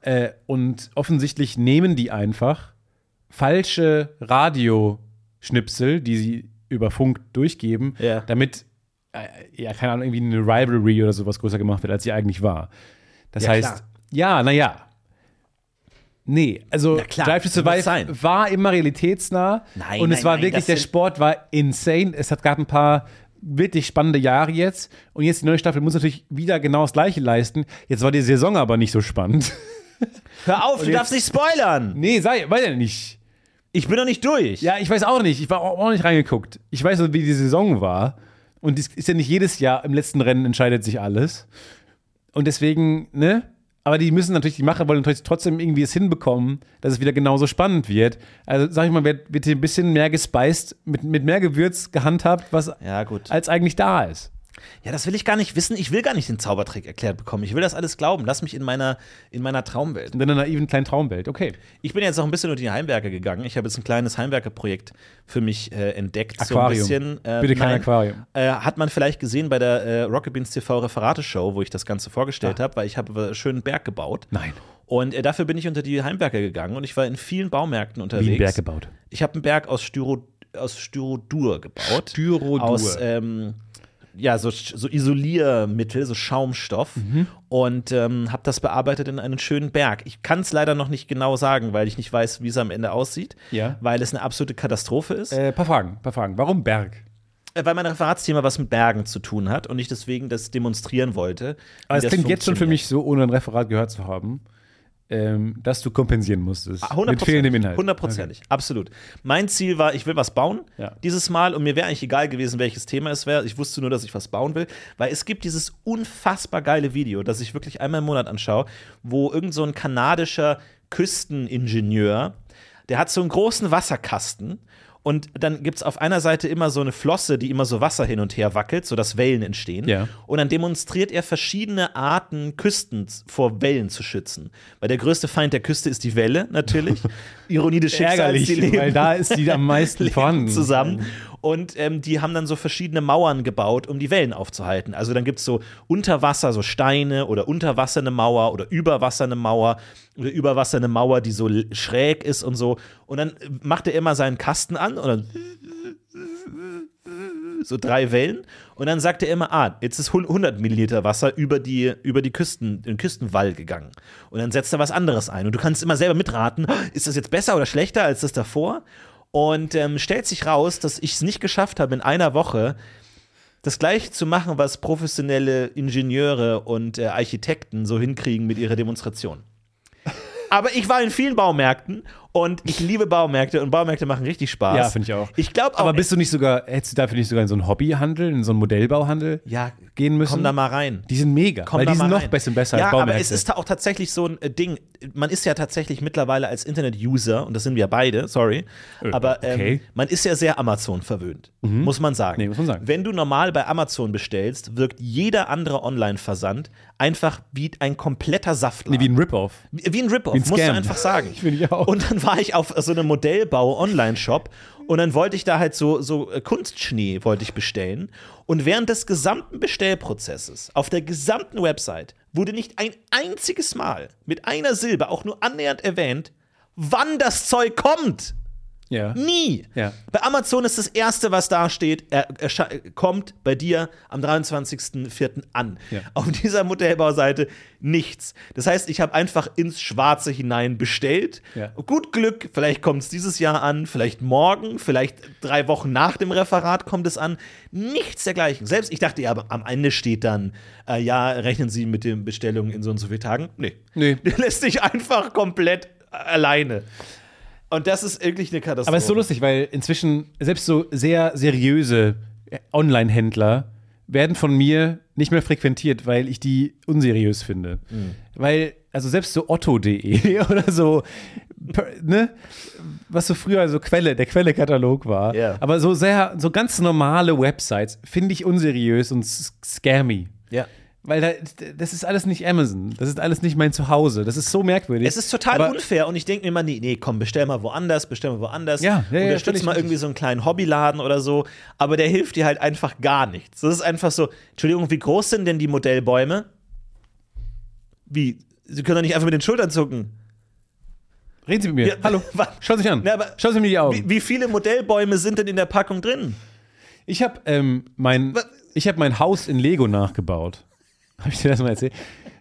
Äh, und offensichtlich nehmen die einfach falsche Radioschnipsel, die sie über Funk durchgeben, Ja. damit, äh, ja, keine Ahnung, irgendwie eine Rivalry oder sowas größer gemacht wird, als sie eigentlich war. Das Ja, heißt, klar. ja, naja. Nee, also klar, Drive to das muss Survive sein. war immer realitätsnah Nein, und es nein, war nein, wirklich, das der sind- Sport war insane. Es hat gab ein paar wirklich spannende Jahre jetzt und jetzt die neue Staffel muss natürlich wieder genau das gleiche leisten. Jetzt war die Saison aber nicht so spannend. [LAUGHS] Hör auf, du darfst nicht spoilern. Nee, sei, weiß ja nicht. Ich bin noch nicht durch. Ja, ich weiß auch nicht. Ich war auch auch nicht reingeguckt. Ich weiß nur, wie die Saison war. Und es ist ja nicht jedes Jahr, im letzten Rennen entscheidet sich alles. Und deswegen, ne? Aber die müssen natürlich, die Macher wollen natürlich trotzdem irgendwie es hinbekommen, dass es wieder genauso spannend wird. Also, sag ich mal, wird, wird hier ein bisschen mehr gespeist, mit, mit mehr Gewürz gehandhabt, was Ja, gut. als eigentlich da ist. Ja, das will ich gar nicht wissen. Ich will gar nicht den Zaubertrick erklärt bekommen. Ich will das alles glauben. Lass mich in meiner, in meiner Traumwelt. In deiner naiven kleinen Traumwelt. Okay. Ich bin jetzt noch ein bisschen durch die Heimwerker gegangen. Ich habe jetzt ein kleines Heimwerkerprojekt für mich äh, entdeckt. Aquarium. So ein bisschen, äh, Bitte kein nein. Aquarium. Äh, hat man vielleicht gesehen bei der äh, Rocket Beans TV Referateshow, wo ich das Ganze vorgestellt habe, weil ich habe einen schönen Berg gebaut. Ah. Nein. Und äh, dafür bin ich unter die Heimwerker gegangen und ich war in vielen Baumärkten unterwegs. gebaut. Ich habe einen Berg aus, Styro, aus Styrodur gebaut. Styrodur. Aus, ähm, ja, so, so Isoliermittel, so Schaumstoff. Mhm. Und ähm, habe das bearbeitet in einen schönen Berg. Ich kann es leider noch nicht genau sagen, weil ich nicht weiß, wie es am Ende aussieht. Ja. Weil es eine absolute Katastrophe ist. Äh, paar Fragen, paar Fragen. Warum Berg? Äh, Weil mein Referatsthema was mit Bergen zu tun hat und ich deswegen das demonstrieren wollte. wie Aber es das klingt jetzt schon für funktioniert. mich so, ohne ein Referat gehört zu haben, ähm, dass du kompensieren musstest. Ah, mit fehlendem Inhalt. Hundertprozentig, absolut. Mein Ziel war, ich will was bauen Ja. dieses Mal und mir wäre eigentlich egal gewesen, welches Thema es wäre. Ich wusste nur, dass ich was bauen will, weil es gibt dieses unfassbar geile Video, das ich wirklich einmal im Monat anschaue, wo irgend so ein kanadischer Küsteningenieur, der hat so einen großen Wasserkasten und dann gibt es auf einer Seite immer so eine Flosse, die immer so Wasser hin und her wackelt, sodass Wellen entstehen. Ja. Und dann demonstriert er verschiedene Arten, Küsten z- vor Wellen zu schützen. Weil der größte Feind der Küste ist die Welle, [LAUGHS] natürlich. Ironie des Schicksals, Ärgerlich, die leben, weil da Mhm. ist die am meisten leben [LAUGHS] vorhanden. zusammen. Und ähm, die haben dann so verschiedene Mauern gebaut, um die Wellen aufzuhalten. Also dann gibt es so unter Wasser so Steine oder unter Wasser eine Mauer oder über Wasser eine Mauer oder über Wasser eine Mauer, die so l- schräg ist und so. Und dann äh, macht er immer seinen Kasten an und dann so drei Wellen und dann sagt er immer, ah, jetzt ist 100 Milliliter Wasser über die über die Küsten den Küstenwall gegangen und dann setzt er was anderes ein und du kannst immer selber mitraten, ist das jetzt besser oder schlechter als das davor und ähm, stellt sich raus, dass ich es nicht geschafft habe in einer Woche das gleiche zu machen, was professionelle Ingenieure und äh, Architekten so hinkriegen mit ihrer Demonstration. Aber ich war in vielen Baumärkten und ich liebe Baumärkte und Baumärkte machen richtig Spaß. Ja, finde ich auch. Ich glaube auch, Aber bist du nicht sogar, hättest du dafür nicht sogar in so einen Hobbyhandel, in so einen Modellbauhandel ja, gehen müssen? komm da mal rein. Die sind mega, Komm weil da die sind mal noch rein. besser, besser ja, als Baumärkte. Aber es ist da auch tatsächlich so ein äh, Ding. Man ist ja tatsächlich mittlerweile als Internet-User, und das sind wir beide, sorry, aber ähm, Äh, okay. Mhm. man ist ja sehr Amazon verwöhnt, muss man sagen. Nee, muss man sagen. Wenn du normal bei Amazon bestellst, wirkt jeder andere Online-Versand einfach wie ein kompletter Saftladen. nee, wie ein Rip-Off. Wie ein Rip-Off, Wie ein musst du Scam. einfach sagen. Finde [LAUGHS] ich auch. Und dann war ich auf so einem Modellbau-Online-Shop und dann wollte ich da halt so, so äh, Kunstschnee wollte ich bestellen. Und während des gesamten Bestellprozesses auf der gesamten Website wurde nicht ein einziges Mal mit einer Silbe auch nur annähernd erwähnt, wann das Zeug kommt. Ja. Nie. Ja. Bei Amazon ist das Erste, was da steht, er, ersche- kommt bei dir am 23.04. an. Ja. Auf dieser Modellbauseite nichts. Das heißt, ich habe einfach ins Schwarze hinein bestellt. Ja. Gut Glück, vielleicht kommt es dieses Jahr an, vielleicht morgen, vielleicht drei Wochen nach dem Referat kommt es an. Nichts dergleichen. Selbst ich dachte, ja, aber am Ende steht dann, äh, ja, rechnen Sie mit den Bestellungen in so und so vielen Tagen. Nee. [LAUGHS] Nee. Lässt dich einfach komplett äh, alleine. Und das ist wirklich eine Katastrophe. Aber es ist so lustig, weil inzwischen selbst so sehr seriöse äh, Online-Händler werden von mir nicht mehr frequentiert, weil Mhm. ich die unseriös finde. Weil, also selbst so otto.de [LAUGHS] oder so, per- ne, was so früher so Quelle, der Quelle-Katalog war. Ja. Aber so sehr, so ganz normale Websites finde ich unseriös und s- scammy. Ja. Weil da, das ist alles nicht Amazon. Das ist alles nicht mein Zuhause. Das ist so merkwürdig. Es ist total Aber unfair und ich denke mir immer, nee, nee, komm, bestell mal woanders, bestell mal woanders, Ja, ja, ja, unterstütz völlig mal richtig. irgendwie so einen kleinen Hobbyladen oder so, aber der hilft dir halt einfach gar nichts. Das ist einfach so, Entschuldigung, wie groß sind denn die Modellbäume? Wie? Sie können doch nicht einfach mit den Schultern zucken. Reden Sie mit mir. Ja, Hallo. [LAUGHS] wa- Schauen Sie mich an. Na, aber- Schauen Sie mir die Augen. Wie, wie viele Modellbäume sind denn in der Packung drin? Ich habe ähm, mein, Was? ich hab mein Haus in Lego nachgebaut. [LAUGHS] Habe ich dir das mal erzählt?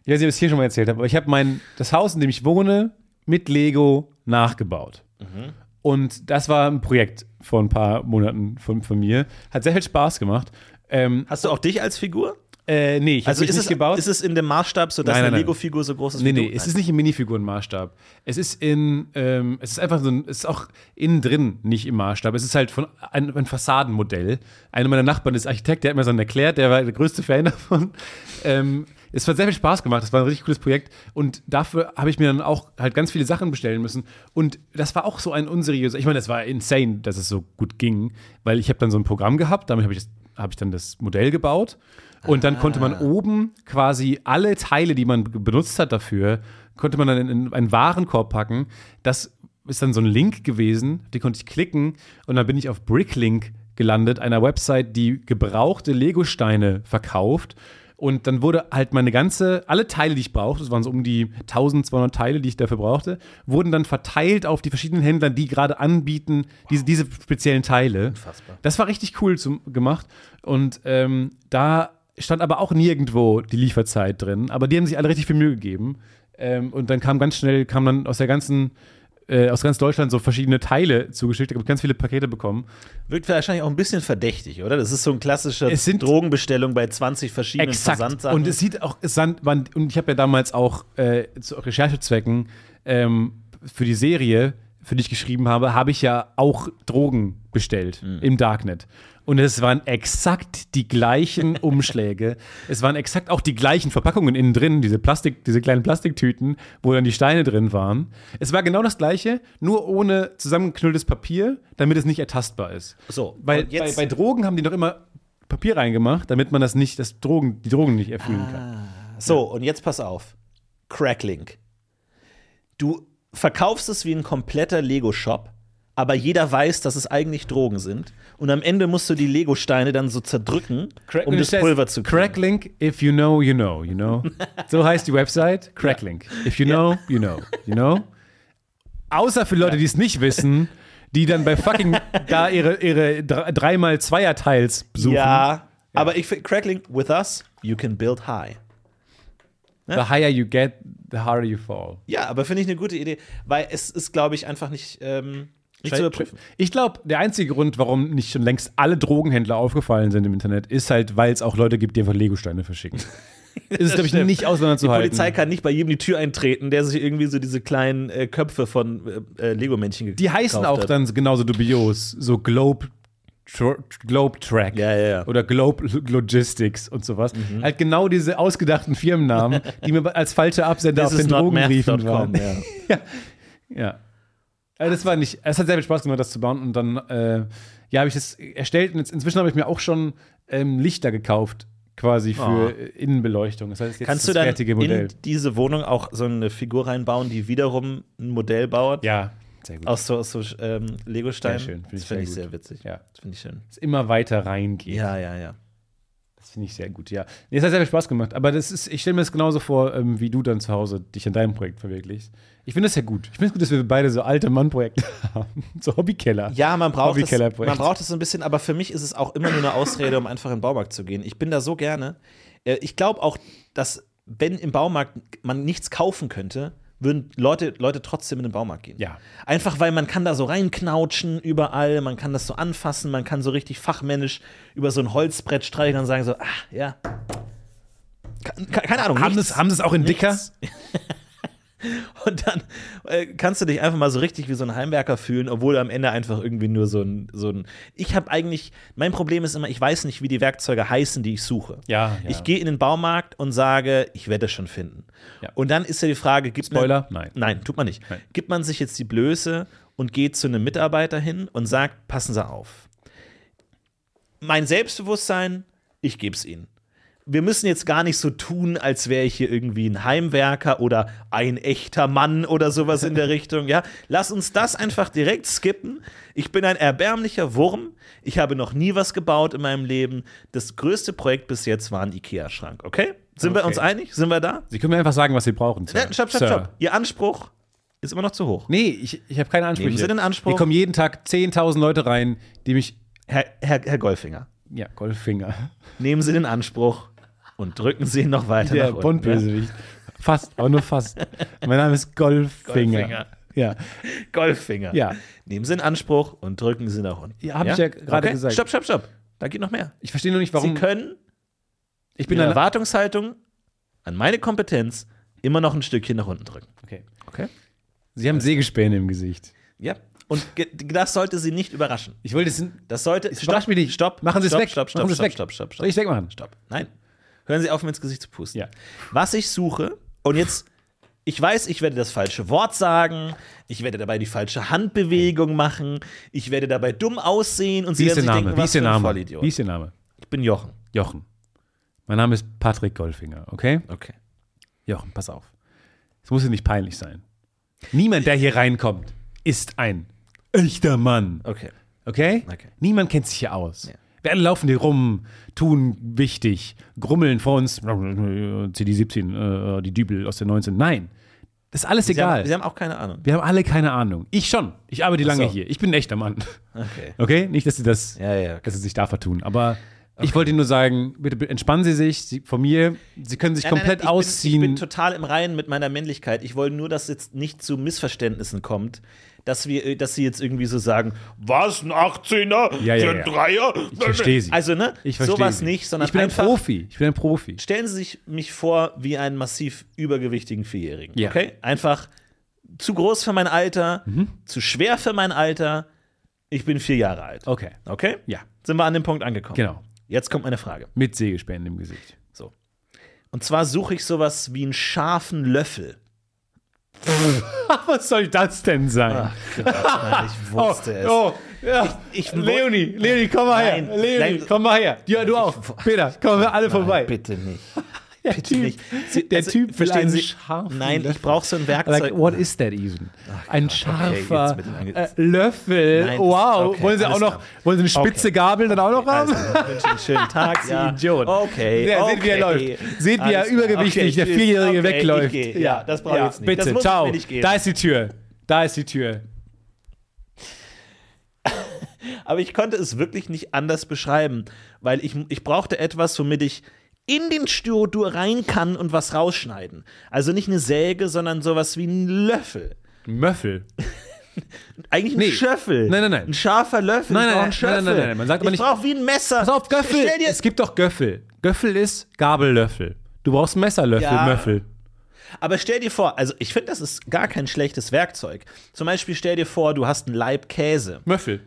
Ich weiß nicht, ob ich es hier schon mal erzählt habe, aber ich habe mein das Haus, in dem ich wohne, mit Lego nachgebaut. Mhm. Und das war ein Projekt vor ein paar Monaten von, von mir. Hat sehr viel Spaß gemacht. Ähm, Hast du auch dich als Figur? äh, nee, ich habe Also mich ist nicht es, gebaut. ist es in dem Maßstab, so dass Nein, nein, eine nein. Lego-Figur so groß ist Nee, wie nee, du? es ist nicht im Minifigurenmaßstab. Es ist in, ähm, es ist einfach so ein, es ist auch innen drin nicht im Maßstab. Es ist halt von ein, ein Fassadenmodell. Einer meiner Nachbarn ist Architekt, der hat mir das dann erklärt, der war der größte Fan [LAUGHS] davon. Ähm, es hat sehr viel Spaß gemacht, es war ein richtig cooles Projekt und dafür habe ich mir dann auch halt ganz viele Sachen bestellen müssen und das war auch so ein unseriöser, ich meine, das war insane, dass es so gut ging, weil ich habe dann so ein Programm gehabt, damit habe ich, das- habe ich dann das Modell gebaut und dann konnte man oben quasi alle Teile, die man be- benutzt hat dafür, konnte man dann in- in einen Warenkorb packen. Das ist dann so ein Link gewesen, die konnte ich klicken und dann bin ich auf Bricklink gelandet, einer Website, die gebrauchte Legosteine verkauft. Und dann wurde halt meine ganze, alle Teile, die ich brauchte, es waren so um die 1200 Teile, die ich dafür brauchte, wurden dann verteilt auf die verschiedenen Händler, die gerade anbieten, diese, diese speziellen Teile. Unfassbar. Das war richtig cool zum, gemacht. Und ähm, da stand aber auch nirgendwo die Lieferzeit drin. Aber die haben sich alle richtig viel Mühe gegeben. Ähm, und dann kam ganz schnell, kam dann aus der ganzen, äh, aus ganz Deutschland so verschiedene Teile zugeschickt. Ich habe ganz viele Pakete bekommen. Wirkt wahrscheinlich auch ein bisschen verdächtig, oder? Das ist so ein klassischer Es sind- Drogenbestellung bei 20 verschiedenen Exakt. Versandsachen. Und es sieht auch, es sand, man, und ich habe ja damals auch äh, zu Recherchezwecken ähm, für die Serie, für die ich geschrieben habe, habe ich ja auch Drogen bestellt Mhm. im Darknet. Und es waren exakt [LAUGHS] die gleichen Umschläge. es waren exakt auch die gleichen Verpackungen innen drin, diese Plastik, diese kleinen Plastiktüten, wo dann die Steine drin waren. Es war genau das gleiche, nur ohne zusammengeknülltes Papier, damit es nicht ertastbar ist. So, Weil und jetzt- bei, bei Drogen haben die doch immer Papier reingemacht, damit man das nicht, das Drogen, die Drogen nicht erfüllen Ah, kann. so, und jetzt pass auf. Cracklink. Du verkaufst es wie ein kompletter Lego-Shop, aber jeder weiß, dass es eigentlich Drogen sind. Und am Ende musst du die Lego-Steine dann so zerdrücken, um das Pulver zu kriegen. Cracklink, if you know, you know, [LAUGHS] you know. So heißt die Website. Cracklink. If you know, you know, you know. Außer für Leute, die es nicht wissen, die dann bei fucking da ihre, ihre 3x2er-Teils besuchen. ja, aber ich finde, Cracklink, with us, you can build high. The higher you get, the harder you fall. Ja, aber finde ich eine gute Idee, weil es ist, glaube ich, einfach nicht, ähm, nicht zu überprüfen. Ich glaube, der einzige Grund, warum nicht schon längst alle Drogenhändler aufgefallen sind im Internet, ist halt, weil es auch Leute gibt, die einfach [LAUGHS] Legosteine verschicken. Es ist, glaube ich, stimmt. nicht Die auseinanderzuhalten. Polizei kann nicht bei jedem die Tür eintreten, der sich irgendwie so diese kleinen äh, Köpfe von äh, äh, Lego-Männchen gekauft Die heißen auch hat. dann genauso dubios, so Globe, Tr Globe Track Ja, ja, Mhm. ja. oder Globe L- Logistics und sowas. Halt genau diese ausgedachten [LAUGHS] Firmennamen, die mir als falsche Absender This auf is den not Drogenbriefen math.com, waren. ja. [LAUGHS] Ja. Also das war nicht, es hat sehr viel Spaß gemacht, das zu bauen und dann, äh, ja, habe ich das erstellt und jetzt, inzwischen habe ich mir auch schon ähm, Lichter gekauft, quasi für äh, Innenbeleuchtung. Das heißt, jetzt Ah. Kannst ist du das dann fertige Modell. in diese Wohnung auch so eine Figur reinbauen, die wiederum ein Modell baut? ja, sehr gut. Aus so, aus so ähm, Lego-Steinen? Sehr schön, finde Das ich finde ich sehr sehr gut. witzig. Ja. Das finde ich schön. Es immer weiter reingeht. Ja, ja, ja. Das finde ich sehr gut, ja. Nee, es hat sehr viel Spaß gemacht, aber das ist, ich stelle mir das genauso vor, ähm, wie du dann zu Hause dich an deinem Projekt verwirklichst. Ich finde das ja gut. Ich finde es gut, dass wir beide so alte Mann-Projekte [LAUGHS] haben. So Hobbykeller. Ja, man braucht, es, Hobbykellerprojekt. man braucht es so ein bisschen, aber für mich ist es auch immer nur eine Ausrede, um einfach in den Baumarkt zu gehen. Ich bin da so gerne. Äh, Ich glaube auch, dass wenn im Baumarkt man nichts kaufen könnte, würden Leute, Leute trotzdem in den Baumarkt gehen. Ja. Einfach weil man kann da so reinknautschen überall, man kann das so anfassen, man kann so richtig fachmännisch über so ein Holzbrett streicheln und sagen so, ah, ja. Ke- Keine Ahnung. Haben nichts. ne. das, haben das auch in Dicker? Und dann äh, kannst du dich einfach mal so richtig wie so ein Heimwerker fühlen, obwohl du am Ende einfach irgendwie nur so ein. So ein ich habe eigentlich, mein Problem ist immer, ich weiß nicht, wie die Werkzeuge heißen, die ich suche. Ja, ja. Ich gehe in den Baumarkt und sage, ich werde es schon finden. Ja. Und dann ist ja die Frage, gibt Spoiler? Man, Nein. Nein, tut man nicht. Gibt man sich jetzt die Blöße und geht zu einem Mitarbeiter hin und sagt, passen Sie auf. Mein Selbstbewusstsein, ich gebe es Ihnen wir müssen jetzt gar nicht so tun, als wäre ich hier irgendwie ein Heimwerker oder ein echter Mann oder sowas in [LAUGHS] der Richtung. Ja, lass uns das einfach direkt skippen. Ich bin ein erbärmlicher Wurm. Ich habe noch nie was gebaut in meinem Leben. Das größte Projekt bis jetzt war ein Ikea-Schrank. Okay? Sind wir Okay. uns einig? Sind wir da? Sie können mir einfach sagen, was Sie brauchen. Sir. Ja, Ne, stopp, stopp, Sir. stopp. Ihr Anspruch ist immer noch zu hoch. Nee, ich, ich habe keine Ansprüche. Nehmen Sie den Anspruch. Hier kommen jeden Tag 10.000 Leute rein, die mich. Herr, Herr, Herr Goldfinger, Ja, [LAUGHS] Goldfinger. nehmen Sie den Anspruch und drücken Sie ihn noch weiter Der nach unten. ja? Bondbösewicht. Fast, aber nur fast. mein Name ist Goldfinger. Goldfinger. Ja. Goldfinger. Ja. Nehmen Sie in Anspruch und drücken Sie nach unten. Ja, hab ich ja gerade gesagt. Stopp, stopp, stopp. Da geht noch mehr. Ich verstehe nur nicht, Sie warum. können ich in bin der ein. Erwartungshaltung an meine Kompetenz immer noch ein Stückchen nach unten drücken. Okay. Okay? Sie haben Sägespäne im Gesicht. Ja. Und ge- das sollte Sie nicht überraschen. Ich wollte es. Das sollte. Es überrascht mich nicht. Stopp. Machen Sie es stopp, weg. Stopp, stopp, Machen Sie es stopp, weg. stopp, stopp, stopp. Soll ich es wegmachen? Stopp. Nein. Hören Sie auf, mir ins Gesicht zu pusten. Ja. Was ich suche, und jetzt, ich weiß, ich werde das falsche Wort sagen, ich werde dabei die falsche Handbewegung machen, ich werde dabei dumm aussehen und Sie Wie ist werden Ihr sich Name? denken, Wie was ist Ihr für ein Name? Vollidiot. Wie ist Ihr Name? ich bin Jochen. Jochen. Mein Name ist Patrick Goldfinger, okay? Okay. Jochen, pass auf. Es muss dir nicht peinlich sein. Niemand, der hier reinkommt, ist ein echter Mann. Okay. Okay? Okay. Niemand kennt sich hier aus. Ja. Wir alle laufen hier rum, tun wichtig, grummeln vor uns, CD17, äh, die Dübel aus der 19. Nein, das ist alles Sie egal. haben, Sie haben auch keine Ahnung. wir haben alle keine Ahnung. Ich schon. Ich arbeite lange so. hier. Ich bin ein echter Mann. Okay. [LAUGHS] Okay? Nicht, dass Sie das, Ja, ja, okay. dass Sie sich da vertun. Aber ich wollte Ihnen nur sagen, bitte, bitte entspannen Sie sich. Sie, von mir, Sie können sich komplett ich ausziehen. Bin, ich bin total im Reinen mit meiner Männlichkeit. Ich wollte nur, dass jetzt nicht zu Missverständnissen kommt, dass wir, äh, dass sie jetzt irgendwie so sagen, was ein 18er, Ja, ja, ein ja. Dreier. ich verstehe Sie. Also ne, Ich verstehe sowas Sie. nicht, sondern ich bin ein einfach Profi. Ich bin ein Profi. stellen Sie sich mich vor wie einen massiv übergewichtigen Vierjährigen. Ja. Mhm. Okay, einfach zu groß für mein Alter, zu schwer für mein Alter. Ich bin vier Jahre alt. Okay. Okay? Ja. Sind wir an dem Punkt angekommen? Genau. Jetzt kommt meine Frage. Mit Sägespänen im Gesicht. So. Und zwar suche ich sowas wie einen scharfen [LAUGHS] Löffel. Was soll das denn sein? ich wusste es. Oh, ja. Ich- ich- Leonie, Leonie, komm mal Nein, her. Leonie, nein. komm mal her. Ja, du auch. Peter, kommen wir alle vorbei. Bitte nicht. der Typ, nicht. Sie- der also, Typ will verstehen einen Sie- scharfen Nein, Löffel. Also, ich brauche so ein Werkzeug. Like, what is that even? ein scharfer jetzt mit den Ange- äh, Löffel. Nein, das- wow. okay, wollen Sie auch alles noch, klar. wollen Sie eine spitze Gabel dann auch noch haben? [LAUGHS] also, [LAUGHS] ich wünsche Ihnen einen schönen Tag, Sie ja. Idiot. Okay. Ja, okay. seht, wie er läuft. Seht, wie er Alles klar. übergewichtig, Okay, der tschüss. Vierjährige Okay, ich wegläuft. gehe. Ja, das brauche ich jetzt nicht. Das Bitte, muss ich ciao. mir nicht geben. Da ist die Tür. Da ist die Tür. Aber ich konnte es wirklich nicht anders beschreiben, weil ich, ich brauchte etwas, womit ich in den Styrodur rein kann und was rausschneiden. Also nicht eine Säge, sondern sowas wie ein Löffel. Möffel. Eigentlich ein Nee. Schöffel. Nein, nein, nein. Ein scharfer Löffel. Nein, ich brauch nein, nein, einen nein, Schöffel. nein, nein, nein, man sagt aber ich nicht- brauche wie ein Messer. Pass auf, Göffel. Stell dir, Es gibt doch Göffel. Göffel ist Gabellöffel. Du brauchst einen Messerlöffel, Ja. Möffel. aber stell dir vor, also ich finde, das ist gar kein schlechtes Werkzeug. Zum Beispiel stell dir vor, du hast einen Laib Käse. Möffel.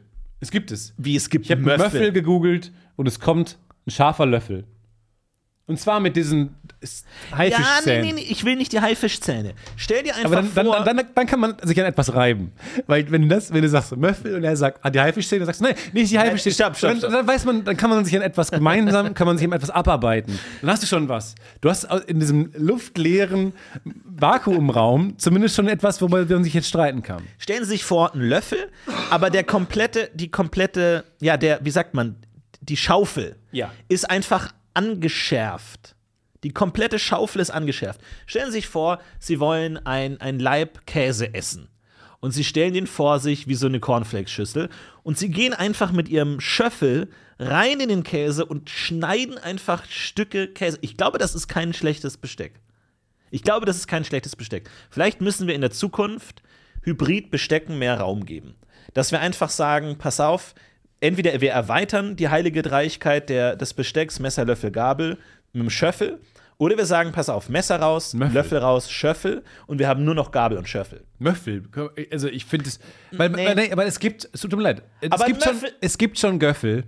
Es gibt es. Wie es gibt Ich habe Möffel. Möffel gegoogelt und es kommt ein scharfer Löffel. Und zwar mit diesen S- Ja, nee, Haifischzähnen. nee, nee, ich will nicht die Haifischzähne. Stell dir einfach Aber dann, dann, vor. dann, dann, dann kann man sich an etwas reiben. Weil wenn du das, wenn du sagst Möffel und er sagt, ah, die Haifischzähne, dann sagst du, nein, nicht die Haifischzähne. stopp, stopp, dann, stopp. dann weiß man, dann kann man sich an etwas gemeinsam, kann man sich an etwas abarbeiten. Dann hast du schon was. Du hast au- in diesem luftleeren Vakuumraum zumindest schon etwas, worüber man sich jetzt streiten kann. Stellen Sie sich vor, einen Löffel, aber der komplette, die komplette, ja, der, wie sagt man, die Schaufel Ja. ist einfach angeschärft. Die komplette Schaufel ist angeschärft. Stellen Sie sich vor, Sie wollen ein, ein Laib Käse essen. Und Sie stellen den vor sich wie so eine Cornflakes-Schüssel. Und Sie gehen einfach mit Ihrem Schöffel rein in den Käse und schneiden einfach Stücke Käse. Ich glaube, das ist kein schlechtes Besteck. Ich glaube, das ist kein schlechtes Besteck. Vielleicht müssen wir in der Zukunft Hybrid-Bestecken mehr Raum geben. Dass wir einfach sagen, pass auf, entweder wir erweitern die heilige Dreiigkeit der, des Bestecks, Messer, Löffel, Gabel mit dem Schöffel Oder wir sagen, pass auf, Messer raus, Möffel. Löffel raus, Schöffel und wir haben nur noch Gabel und Schöffel. Möffel. Also ich finde es. Weil, Nee. weil- nee, aber es gibt. Es tut mir leid. Es, Aber gibt schon, Möffel- es gibt schon Göffel.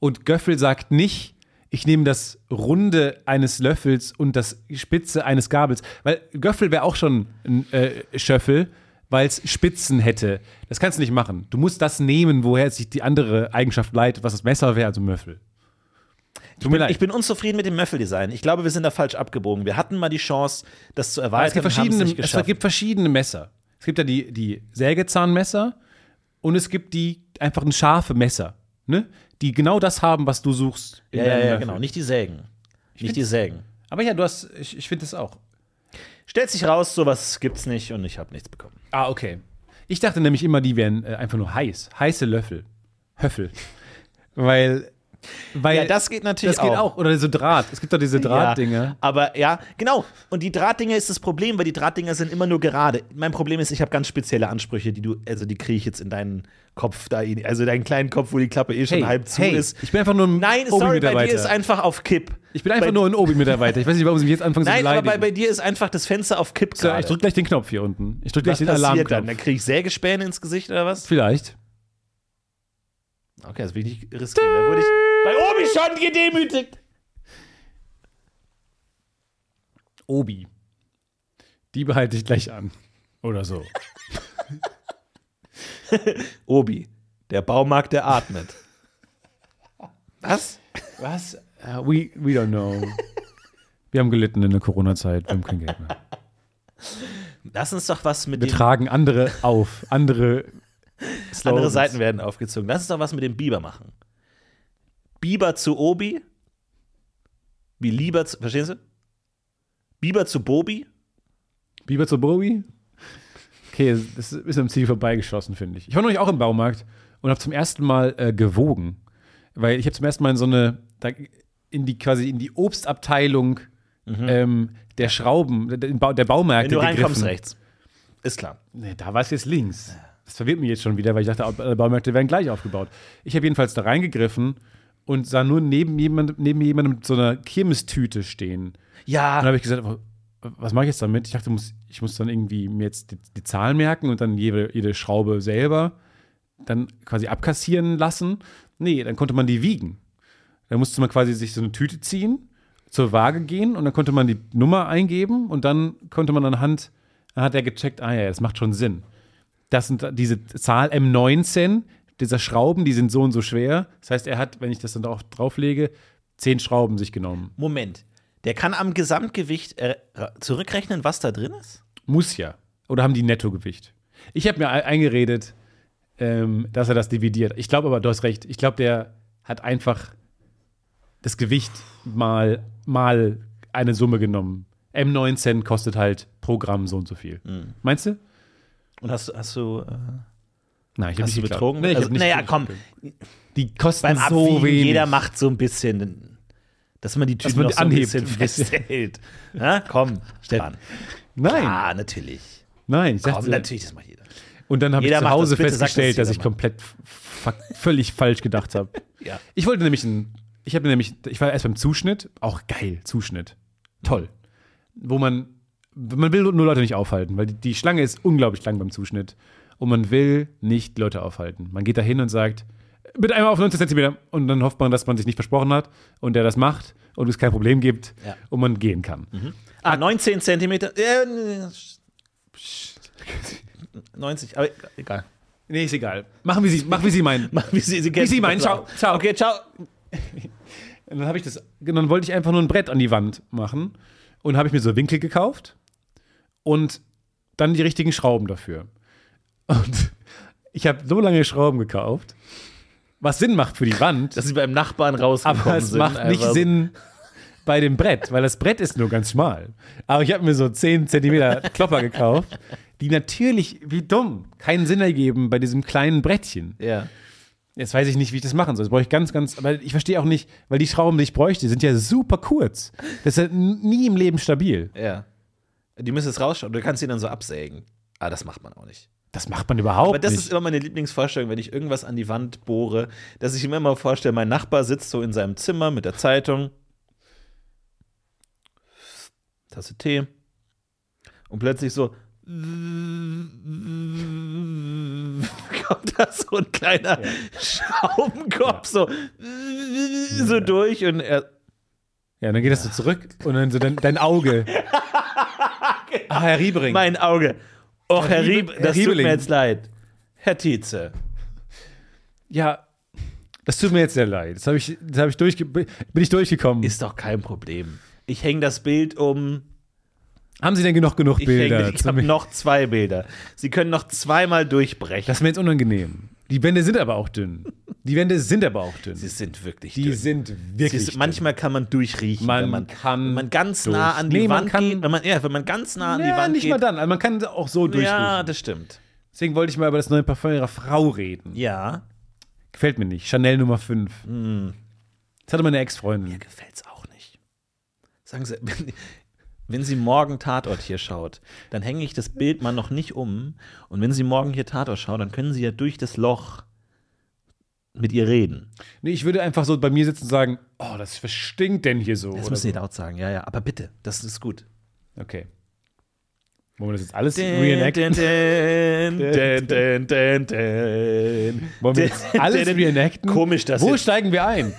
Und Göffel sagt nicht, ich nehme das Runde eines Löffels und das Spitze eines Gabels. Weil Göffel wäre auch schon ein äh, Schöffel, weil es Spitzen hätte. Das kannst du nicht machen. Du musst das nehmen, woher sich die andere Eigenschaft leitet, was das Messer wäre, also Möffel. Tut mir leid. Ich bin unzufrieden mit dem Möffeldesign. Ich glaube, wir sind da falsch abgebogen. Wir hatten mal die Chance, das zu Aber erweitern. es gibt und haben verschiedene, nicht es geschafft. gibt verschiedene Messer. Es gibt ja die, die Sägezahnmesser und es gibt die einfach ein scharfe Messer, ne? die genau das haben, was du suchst. in ja, ja, deinem ja, Löffel. genau. Nicht die Sägen. find- Nicht die Sägen. Aber ja, du hast, ich, ich finde das auch. Stellt sich raus, sowas gibt's nicht und ich habe nichts bekommen. Ah, okay. Ich dachte nämlich immer, die wären äh, einfach nur heiß. Heiße Löffel. [LAUGHS] Höffel. weil, weil. Ja, das geht natürlich Das geht auch. auch. Oder so Draht. Es gibt doch diese Ja, Drahtdinger. aber ja, genau. Und die Drahtdinger ist das Problem, weil die Drahtdinger sind immer nur gerade. Mein Problem ist, ich habe ganz spezielle Ansprüche, die du, also die kriege ich jetzt in deinen Kopf, da, in- also deinen kleinen Kopf, wo die Klappe eh schon halb zu hey, ist. ich bin einfach nur ein Nein, sorry, bei dir ist einfach auf Kipp. Ich bin einfach bei, nur ein Obi-Mitarbeiter. Ich weiß nicht, warum sie mich jetzt anfangen zu Nein, aber beleidigen. bei, bei dir ist einfach das Fenster auf Kipp So, gerade. ich drück gleich den Knopf hier unten. Ich drück gleich Was den passiert dann? Alarmknopf. Dann kriege ich Sägespäne ins Gesicht oder was? Vielleicht. Okay, das will ich nicht riskieren. Da wurde ich bei Obi schon gedemütigt. Obi. Die behalte ich gleich an. Oder so. Obi, der Baumarkt, der atmet. Was? Was? Äh, we, we don't know. Wir haben gelitten in der Corona-Zeit. Wir haben kein Geld mehr. Lass uns doch was mit Wir dem tragen andere auf. Andere Slogans. Andere Seiten werden aufgezogen. Lass uns doch was mit dem Biber machen. Biber zu Obi. Wie lieber zu. Verstehen Sie? Biber zu Bobi. Biber zu Bobi? Okay, das ist am Ziel vorbeigeschossen, finde ich. Ich war neulich auch im Baumarkt und habe zum ersten Mal äh, gewogen. Weil ich habe zum ersten Mal in so eine, da, in die quasi in die Obstabteilung ähm, der Schrauben, der, der Bau- der Baumärkte Mhm. Wenn du reinkommst gegriffen. rechts. Ist klar. Nee, da war es jetzt links. Das verwirrt mich jetzt schon wieder, weil ich dachte, alle Baumärkte werden gleich aufgebaut. Ich habe jedenfalls da reingegriffen und sah nur neben jemandem, neben jemandem mit so einer Kirmestüte stehen. Und dann Ja, habe ich gesagt, wa- was mache ich jetzt damit? Ich dachte, muss, ich muss dann irgendwie mir jetzt die, die Zahlen merken und dann jede, jede Schraube selber dann quasi abkassieren lassen. Nee, dann konnte man die wiegen. Dann musste man quasi sich so eine Tüte ziehen, zur Waage gehen und dann konnte man die Nummer eingeben und dann konnte man anhand, dann hat er gecheckt, ah ja, das macht schon Sinn. Das sind diese Zahl M19 dieser Schrauben, die sind so und so schwer. Das heißt, er hat, wenn ich das dann auch drauflege, zehn Schrauben sich genommen. Moment. Der kann am Gesamtgewicht äh, zurückrechnen, was da drin ist? Muss ja. Oder haben die Nettogewicht? Ich habe mir ei- eingeredet, ähm, dass er das dividiert. Ich glaube aber, du hast recht. Ich glaube, der hat einfach das Gewicht mal, mal eine Summe genommen. M19 kostet halt pro Gramm so und so viel. Mhm. Meinst du? Und hast, hast du. Äh, Nein, ich habe hast nicht du betrogen? geglaubt. Nee, ich hab also, nicht naja, geglaubt. komm. Die kosten Beim so Abwiegen, wenig. jeder macht so ein bisschen. Dass man die Tüten man noch die so ein anhebt. bisschen festhält. [LAUGHS] Na, komm, Stefan. Nein, Ah, natürlich. nein. Ich Komm, dachte, natürlich, das macht jeder. Und dann habe ich Jeder zu macht Hause das. Bitte sag, dass festgestellt, jeder dass ich macht. komplett fa- völlig falsch gedacht habe. Ja. [LAUGHS] Ich wollte nämlich ein, ich habe nämlich, ich war erst beim Zuschnitt, auch geil, Zuschnitt. Toll. Wo man, man will nur Leute nicht aufhalten, weil die, die Schlange ist unglaublich lang beim Zuschnitt. Und man will nicht Leute aufhalten. Man geht da hin und sagt, bitte einmal auf 19 cm und dann hofft man, dass man sich nicht versprochen hat und der das macht und es kein Problem gibt Ja. und man gehen kann. Ah, 19 Zentimeter. Äh, nee, sch- 90, aber egal. [LAUGHS] Nee, ist egal. Machen wir sie, machen wir sie [LAUGHS] meinen. Wie Sie, Sie, kennen- Sie meinen, ciao, ciao. Okay, ciao. Und dann habe ich das, dann wollte ich einfach nur ein Brett an die Wand machen und habe ich mir so Winkel gekauft und dann die richtigen Schrauben dafür. Und [LAUGHS] ich habe so lange Schrauben gekauft, was Sinn macht für die Wand, Dass Sie beim Nachbarn rausgekommen aber es sind. macht nicht einfach. Sinn bei dem Brett, weil das Brett ist nur ganz schmal. Aber ich habe mir so 10 Zentimeter Klopper gekauft, die natürlich, wie dumm, keinen Sinn ergeben bei diesem kleinen Brettchen. Ja. Jetzt weiß ich nicht, wie ich das machen soll. Das brauche ich ganz, ganz. Aber ich verstehe auch nicht, weil die Schrauben, die ich bräuchte, sind ja super kurz. Das ist ja n- nie im Leben stabil. ja. Die müssen es rausschauen. Du kannst sie dann so absägen. Ah, das macht man auch nicht. Das macht man überhaupt Aber das nicht. ist immer meine Lieblingsvorstellung, wenn ich irgendwas an die Wand bohre, dass ich mir immer vorstelle, mein Nachbar sitzt so in seinem Zimmer mit der Zeitung. Tasse Tee. Und plötzlich so [LAUGHS] kommt da so ein kleiner Schraubenkopf so, so durch und er, Ja, dann geht das so zurück und dann so dein, dein Auge. Ah, Herr Riebering. mein Auge. Och, Herr, Rieb, Riebe- Herr das tut Riebeling. mir jetzt leid. Herr Tietze. ja, das tut mir jetzt sehr leid. Das habe ich, das hab ich durchge bin ich durchgekommen. Ist doch kein Problem. Ich hänge das Bild um. Haben Sie denn noch genug Ich, häng- Bilder? ich zu habe mir? noch zwei Bilder. Sie können noch zweimal durchbrechen. das ist mir jetzt unangenehm. Die Wände sind aber auch dünn. Die Wände sind aber auch dünn. Sie sind wirklich Die dünn. sind Sie wirklich. ist, manchmal kann man durchriechen, Man wenn man, kann wenn man ganz durch- nah an die Nee, man Wand kann- geht. Wenn man, ja, wenn man ganz nah an dünn. die ja, Wand nicht geht. mal dann. Also man kann auch so durchriechen. ja, das stimmt. Deswegen wollte ich mal über das neue Parfum ihrer Frau reden. Ja. Gefällt mir nicht. Chanel Nummer 5. Mm. Das hatte meine Ex-Freundin. Gefällt's auch nicht. Sagen Sie, [LAUGHS] wenn, wenn Sie morgen Tatort hier schaut, dann hänge ich das Bild mal noch nicht um. Und wenn Sie morgen hier Tatort schauen, dann können Sie ja durch das Loch mit ihr reden. Nee, ich würde einfach so bei mir sitzen und sagen, oh, das verstinkt denn hier so. Das oder müssen Sie so. laut sagen, ja, ja. Aber bitte, das ist gut. Okay. Wollen wir das jetzt alles Dun, reenacten? dun, dun, dun, dun, dun. Wollen wir jetzt alles Dun, dun. reenacten? Komisch, dass Wo jetzt- Ah. steigen [LAUGHS] wir ein?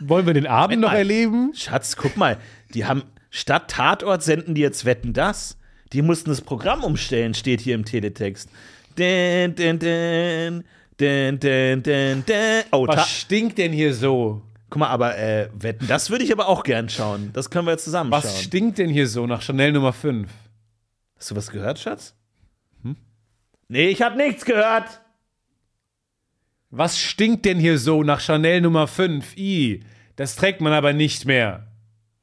Wollen wir den Abend noch mal. erleben? Schatz, guck mal, die haben statt Tatort senden die jetzt Wetten das. Die mussten das Programm umstellen, steht hier im Teletext. Dun, dun, dun, dun, dun, dun, dun. Oh, ta Was stinkt denn hier so? guck mal, aber äh, Wetten das würde ich aber auch gern schauen. Das können wir jetzt zusammen Was schauen. stinkt denn hier so nach Chanel Nummer 5? Hast du was gehört, Schatz? Hm? Nee, ich habe nichts gehört. Was stinkt denn hier so nach Chanel Nummer 5? I. Das trägt man aber nicht mehr.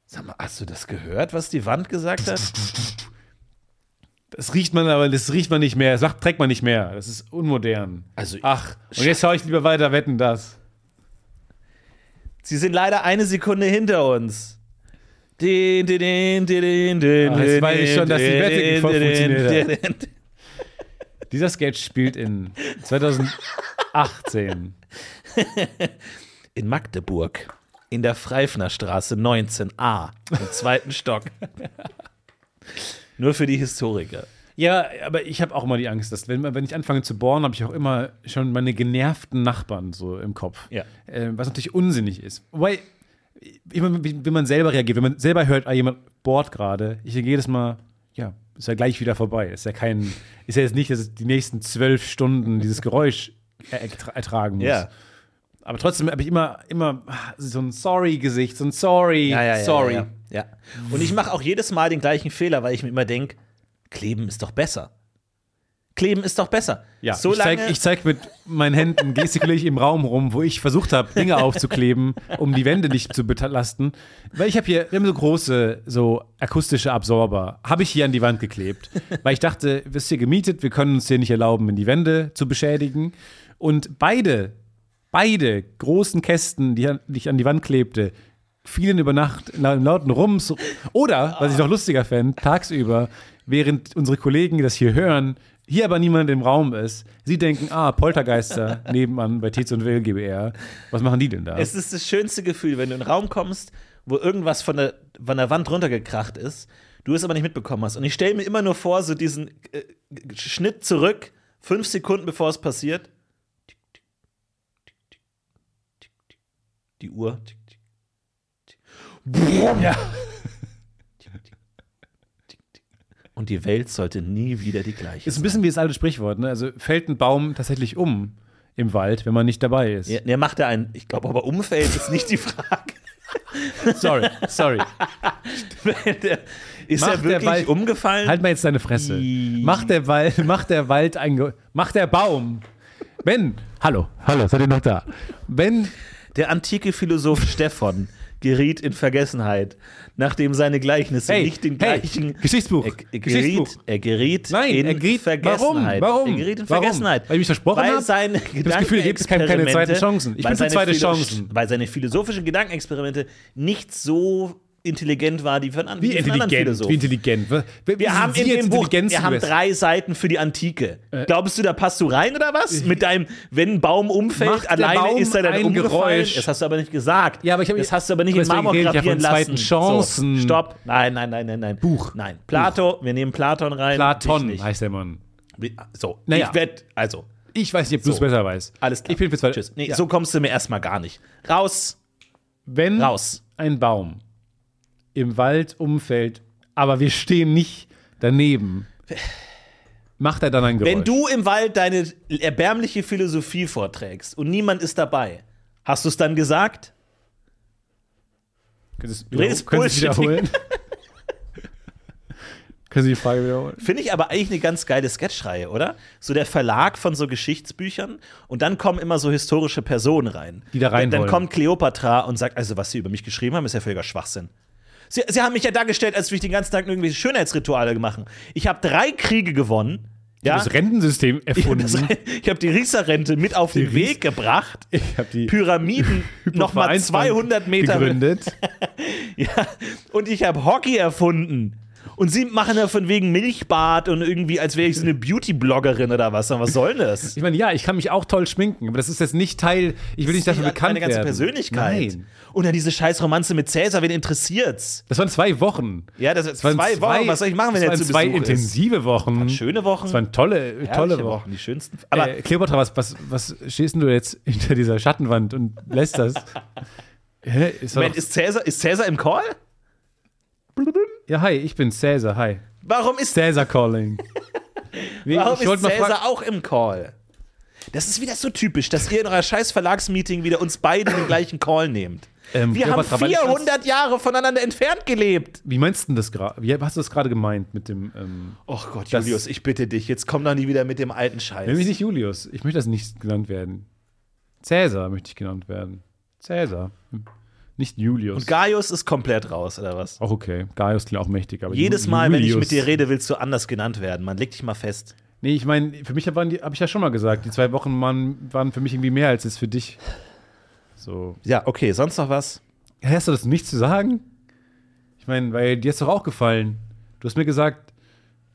Sag mal, hast du das gehört, was die Wand gesagt [LAUGHS] hat? Das riecht man aber, das riecht man nicht mehr. Das macht, trägt man nicht mehr. Das ist unmodern. Also- Ach, und jetzt schaue ich lieber weiter, wetten das. Sie sind leider eine Sekunde hinter uns. Din, din, din, din, din, din, Ah, jetzt weiß ich schon, dass die din, Wette nicht din, voll funktioniert din, hat. din, din. Dieser Sketch spielt in 2018. In Magdeburg. In der Freifner Straße 19a. [LAUGHS] Im zweiten Stock. Nur für die Historiker. Ja, aber ich habe auch immer die Angst, dass wenn, wenn ich anfange zu bohren, habe ich auch immer schon meine genervten Nachbarn so im Kopf. Ja. Äh, was natürlich unsinnig ist. Wobei, ich meine, wie, wie man selber reagiert, wenn man selber hört, ah, jemand bohrt gerade, ich denke jedes Mal, ja, ist ja gleich wieder vorbei. Ist ja kein, ist ja jetzt nicht, dass ich die nächsten zwölf Stunden dieses Geräusch er- ertra- ertragen muss. Ja. Aber trotzdem habe ich immer, immer ah, so ein Sorry-Gesicht, so ein Sorry, Ja, ja, ja, Sorry. Ja, ja. ja. Und ich mache auch jedes Mal den gleichen Fehler, weil ich mir immer denke, kleben ist doch besser. Kleben ist doch besser. Ja, so ich, zeig, lange- ich zeig mit meinen Händen, gestikuliere ich im Raum rum, wo ich versucht habe, Dinge aufzukleben, um die Wände nicht zu belasten. Weil ich habe hier, wir haben so große, so akustische Absorber, habe ich hier an die Wand geklebt. Weil ich dachte, wir sind hier gemietet, wir können uns hier nicht erlauben, in die Wände zu beschädigen. Und beide, beide großen Kästen, die, an- die ich an die Wand klebte, fielen über Nacht in einem lauten Rums. Oder, was ich noch lustiger fände, tagsüber, während unsere Kollegen das hier hören, hier aber niemand im Raum ist, sie denken, ah, Poltergeister [LAUGHS] nebenan bei Tietz und Will GBR. Was machen die denn da? Es ist das schönste Gefühl, wenn du in einen Raum kommst, wo irgendwas von der, von der Wand runtergekracht ist, du es aber nicht mitbekommen hast. Und ich stelle mir immer nur vor, so diesen äh, Schnitt zurück, fünf Sekunden bevor es passiert. Tick, tick, tick, tick, tick, tick. Die Uhr. Tick, tick, tick. Brumm. Tick, tick, tick, tick. Und die Welt sollte nie wieder die gleiche ist ein bisschen wie das alte Sprichwort, ne? Also fällt ein Baum tatsächlich um im Wald, wenn man nicht dabei ist. Ja, der macht da einen. Ich glaube, aber Umfeld ist nicht die Frage. [LAUGHS] Sorry, sorry. Der- ist Macht er der wirklich Wald- umgefallen? Halt mal jetzt deine Fresse. Macht der Wald, [LAUGHS] macht der Wald ein, Ge- macht der Baum. Wenn, hallo, hallo, seid ihr noch da? Wenn Der antike Philosoph [LAUGHS] Stephan geriet in Vergessenheit, nachdem seine Gleichnisse Hey, nicht den hey, gleichen. Geschichtsbuch, Er, er, Geschichtsbuch. geriet, er geriet Nein, in er geriet- Vergessenheit. warum, warum, Er geriet in warum? Vergessenheit. Weil ich mich versprochen Weil hab? seine hab das Gefühl, hier gibt's keine- keine zweiten Chancen. Ich weil bin für seine zweite Philo- Chancen. Weil seine philosophischen Gedankenexperimente nicht so Wie die von anderen intelligent, Philosophen. wie intelligent. Wir, Wir haben in dem Buch, wir haben drei Seiten für die Antike. Äh. Glaubst du, da passt du rein oder was? Mit deinem, wenn ein Baum Macht umfällt, der alleine Baum ist er dann ein umgefallen. Geräusch? Das hast du aber nicht gesagt. Ja, aber ich hab- das hast du aber nicht in Deswegen Marmor rede ich ja von gravieren lassen. zweiten Chancen. So, stopp. Nein, nein, nein, nein, nein. Buch. Nein. Plato, wir nehmen Platon rein. Platon Dich heißt der Mann. nicht. So, Naja. ich werde, also, Ich weiß nicht, ob du es So. besser weißt. alles klar. Ich bin für zwei. Tschüss. Nee, Ja. so kommst du mir erstmal gar nicht. Raus. Wenn Raus. ein Baum im Wald umfällt, aber wir stehen nicht daneben, macht er dann ein Geräusch. Wenn du im Wald deine erbärmliche Philosophie vorträgst und niemand ist dabei, hast du es dann gesagt? Könntest, Du redest könntest du Bullshit. wiederholen? [LAUGHS] Können Sie die Frage wiederholen? Finde ich aber eigentlich eine ganz geile Sketchreihe, oder? So der Verlag von so Geschichtsbüchern und dann kommen immer so historische Personen rein. Die da rein Dann wollen. kommt Kleopatra und sagt, also was sie über mich geschrieben haben, ist ja völliger Schwachsinn. Sie, sie haben mich ja dargestellt, als würde ich den ganzen Tag nur irgendwelche Schönheitsrituale gemacht. Ich habe drei Kriege gewonnen. Ja, [LAUGHS] Das Rentensystem ich habe erfunden. hab die Rieser-Rente mit auf den Ries- Weg gebracht. ich habe die [LAUGHS] Pyramiden nochmal Vereinsbank 200 Meter gegründet. Ja, und ich habe Hockey erfunden. Und sie machen ja von wegen Milchbad und irgendwie, als wäre ich so eine Beauty-Bloggerin oder was. Was soll denn das? [LAUGHS] Ich meine, ja, ich kann mich auch toll schminken, aber das ist jetzt nicht Teil. Ich will nicht dafür Meine- bekannt Meine ganze werden. Persönlichkeit. Nein. Und dann diese scheiß Romanze mit Cäsar, wen interessiert's? Das waren zwei Wochen. Ja, das ist Das waren zwei, Wochen. Was soll ich machen, wenn das er waren zu zwei Besuch ist? intensive Wochen. Schöne Wochen. Das waren tolle, herrliche tolle Wochen. Die schönsten. Aber Aber äh, Kleopatra, was, was, was stehst denn du jetzt [LAUGHS] hinter dieser Schattenwand und lässt [LAUGHS] das? Hä? Ist doch- Moment, ist, Cäsar, ist Cäsar im Call? ja, hi, ich bin Caesar, hi. Warum ist Caesar [LAUGHS] calling. Nee, Warum wollte ist mal Cäsar fragen- auch im Call? Das ist wieder so typisch, dass ihr in eurer scheiß Verlagsmeeting wieder uns beide den gleichen Call nehmt. Ähm, Wir ja, haben aber- aber ich fand's- 400 Jahre voneinander entfernt gelebt. Wie meinst du denn das gerade? Wie hast du das gerade gemeint mit dem. Ähm, Och Gott, Das- Julius, ich bitte dich, jetzt komm doch nie wieder mit dem alten Scheiß. Nenn mich nicht Julius. Ich möchte das nicht genannt werden. Cäsar möchte ich genannt werden. Cäsar. Nicht Julius. Und Gaius ist komplett raus, oder was? auch okay. Gaius klingt auch mächtig. Aber Jedes Ju- Mal, wenn ich Julius- mit dir rede, willst du anders genannt werden. Man leg dich mal fest. Nee, ich meine, für mich habe hab ich ja schon mal gesagt, die zwei Wochen waren, waren für mich irgendwie mehr als es für dich. So. Ja, okay, sonst noch was? Hä, Hast du das nicht zu sagen? Ich meine, weil dir ist doch auch gefallen. Du hast mir gesagt,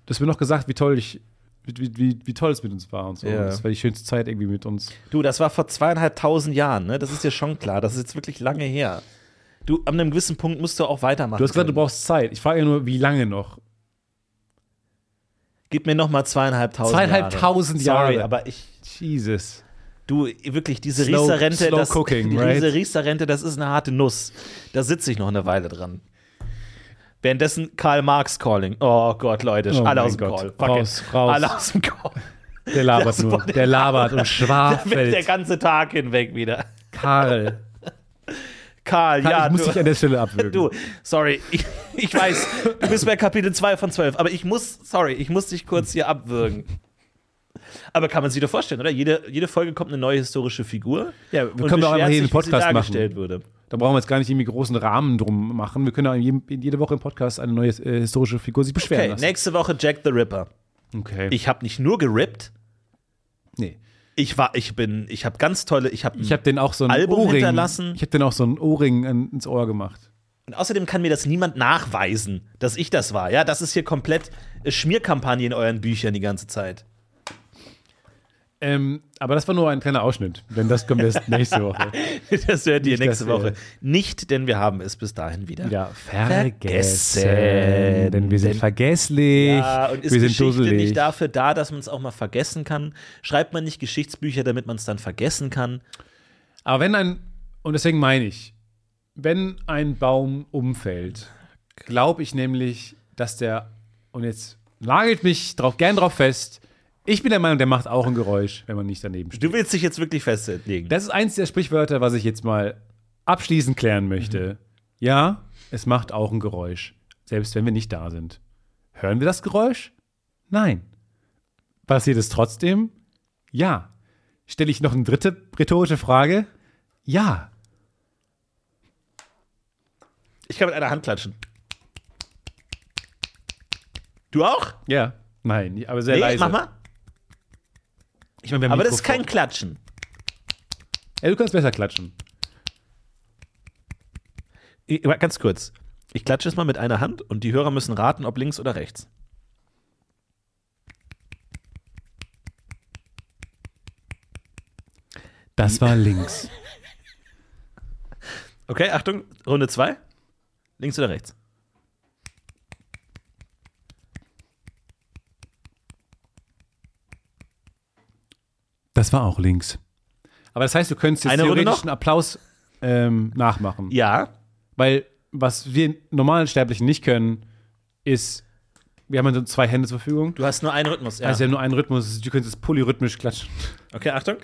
du hast mir noch gesagt, wie toll ich, wie, wie, wie toll es mit uns war und so. Ja. Das war die schönste Zeit irgendwie mit uns. Du, das war vor zweieinhalbtausend Jahren, ne? Das ist dir schon klar. Das ist jetzt wirklich lange her. Du, an einem gewissen Punkt musst du auch weitermachen. Du hast gesagt, du können. brauchst Zeit. Ich frage ja nur, wie lange noch? Gib mir noch mal zweieinhalbtausend Zweieinhalbtausend Jahre. Sorry, Jahre. aber ich, Jesus. du, wirklich, diese Slow- Riester-Rente, slow das, cooking, die- right? diese Riester-Rente, das ist eine harte Nuss. Da sitze ich noch eine Weile dran. Währenddessen Karl Marx calling. Oh Gott, Leute, Oh alle mein aus dem Gott. Call. Fuck it. Raus, raus. Alle aus dem [LAUGHS] Call. Der labert Das nur. war- Der labert und Wird [LAUGHS] der schwafelt. ganze Tag hinweg wieder. Karl. Karl, Karl, ja, ich muss du, dich an der Stelle abwürgen. du, sorry, ich, ich weiß, du bist bei Kapitel 2 von 12, aber ich muss, sorry, ich muss dich kurz hier abwürgen. Aber kann man sich doch vorstellen, oder? Jede, jede Folge kommt eine neue historische Figur. Ja, wir und können doch beschwert einfach hier sich, einen wie sie Podcast machen. dargestellt Würde. Da brauchen wir jetzt gar nicht irgendwie großen Rahmen drum machen. Wir können auch jedem- jede Woche im Podcast eine neue äh, historische Figur sich beschweren Okay, lassen. nächste Woche Jack the Ripper. Okay. Ich habe nicht nur gerippt, nee. ich war, ich bin, ich habe ganz tolle, ich habe, Ich habe den auch so einen Album Ohrring. hinterlassen. Ich habe den auch so einen Ohrring an- ins Ohr gemacht. und außerdem kann mir das niemand nachweisen, dass ich das war. Ja, das ist hier komplett äh, Schmierkampagne in euren Büchern die ganze Zeit. [LAUGHS] Ähm, aber das war nur ein kleiner Ausschnitt, denn das kommt erst [LAUGHS] nächste Woche. Das hört ihr Nicht, nächste dass, äh, Woche. Nicht, denn wir haben es bis dahin wieder. Ja, Vergessen. vergessen. Denn wir sind vergesslich. Ja, Ah, und ist wir sind Geschichte dusselig. nicht dafür da, dass man es auch mal vergessen kann? Schreibt man nicht Geschichtsbücher, damit man es dann vergessen kann? Aber wenn ein, und deswegen meine ich, wenn ein Baum umfällt, glaube ich nämlich, dass der, und jetzt nagelt mich drauf, gern drauf fest, ich bin der Meinung, der macht auch ein Geräusch, wenn man nicht daneben steht. Du willst dich jetzt wirklich festlegen. Das ist eins der Sprichwörter, was ich jetzt mal abschließend klären möchte. Ja, es macht auch ein Geräusch, selbst wenn wir nicht da sind. Hören wir das Geräusch? Nein. Passiert es trotzdem? Ja. Stelle ich noch eine dritte rhetorische Frage? Ja. Ich kann mit einer Hand klatschen. Du auch? Ja. Nein, aber sehr nee, leise. mach mal. Ich meine, wir haben Aber das ist kein Mikrofon. Klatschen. Ja, du kannst besser klatschen. Ich- Ganz kurz. Ich klatsche es mal mit einer Hand und die Hörer müssen raten, ob links oder rechts. Das war links. Okay, Achtung, Runde 2. Links oder rechts? Das war auch links. Aber das heißt, du könntest jetzt Eine Runde theoretisch noch? einen Applaus ähm, nachmachen. Ja. Weil was wir normalen Sterblichen nicht können, ist, wir haben ja so zwei Hände zur Verfügung. Du hast nur einen Rhythmus. Ja. Also wir haben nur einen Rhythmus, du könntest polyrhythmisch klatschen. Okay, Achtung.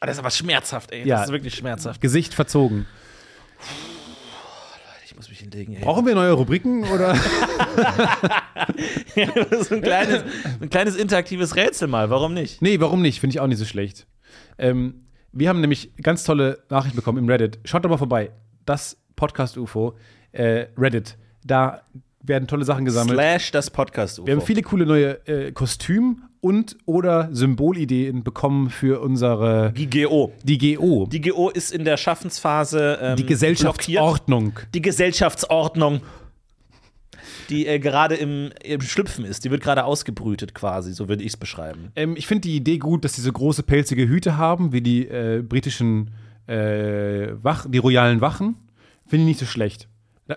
Ah, das ist aber schmerzhaft, ey. Ja. Das ist wirklich schmerzhaft. Gesicht verzogen. Ich muss mich hinlegen, ey. Brauchen wir neue Rubriken oder? [LAUGHS] [LAUGHS] so ein kleines, ein kleines interaktives Rätsel mal, warum nicht? nee, warum nicht? Finde ich auch nicht so schlecht. Ähm, wir haben nämlich ganz tolle Nachrichten bekommen im Reddit. Schaut doch mal vorbei. Das Podcast UFO, äh, Reddit. Da werden tolle Sachen gesammelt. Slash das Podcast UFO. Wir haben viele coole neue äh, Kostüm- und oder Symbolideen bekommen für unsere die GO. die GO, die, Die GO ist in der Schaffensphase ähm, Hm, blockiert. Gesellschaftsordnung. Die Gesellschaftsordnung, die äh, gerade im, im Schlüpfen ist. Die wird gerade ausgebrütet quasi, so würde ich es beschreiben. Ähm, ich finde die Idee gut, dass sie so große pelzige Hüte haben, wie die äh, britischen äh, Wach, die royalen Wachen. Finde ich nicht so schlecht.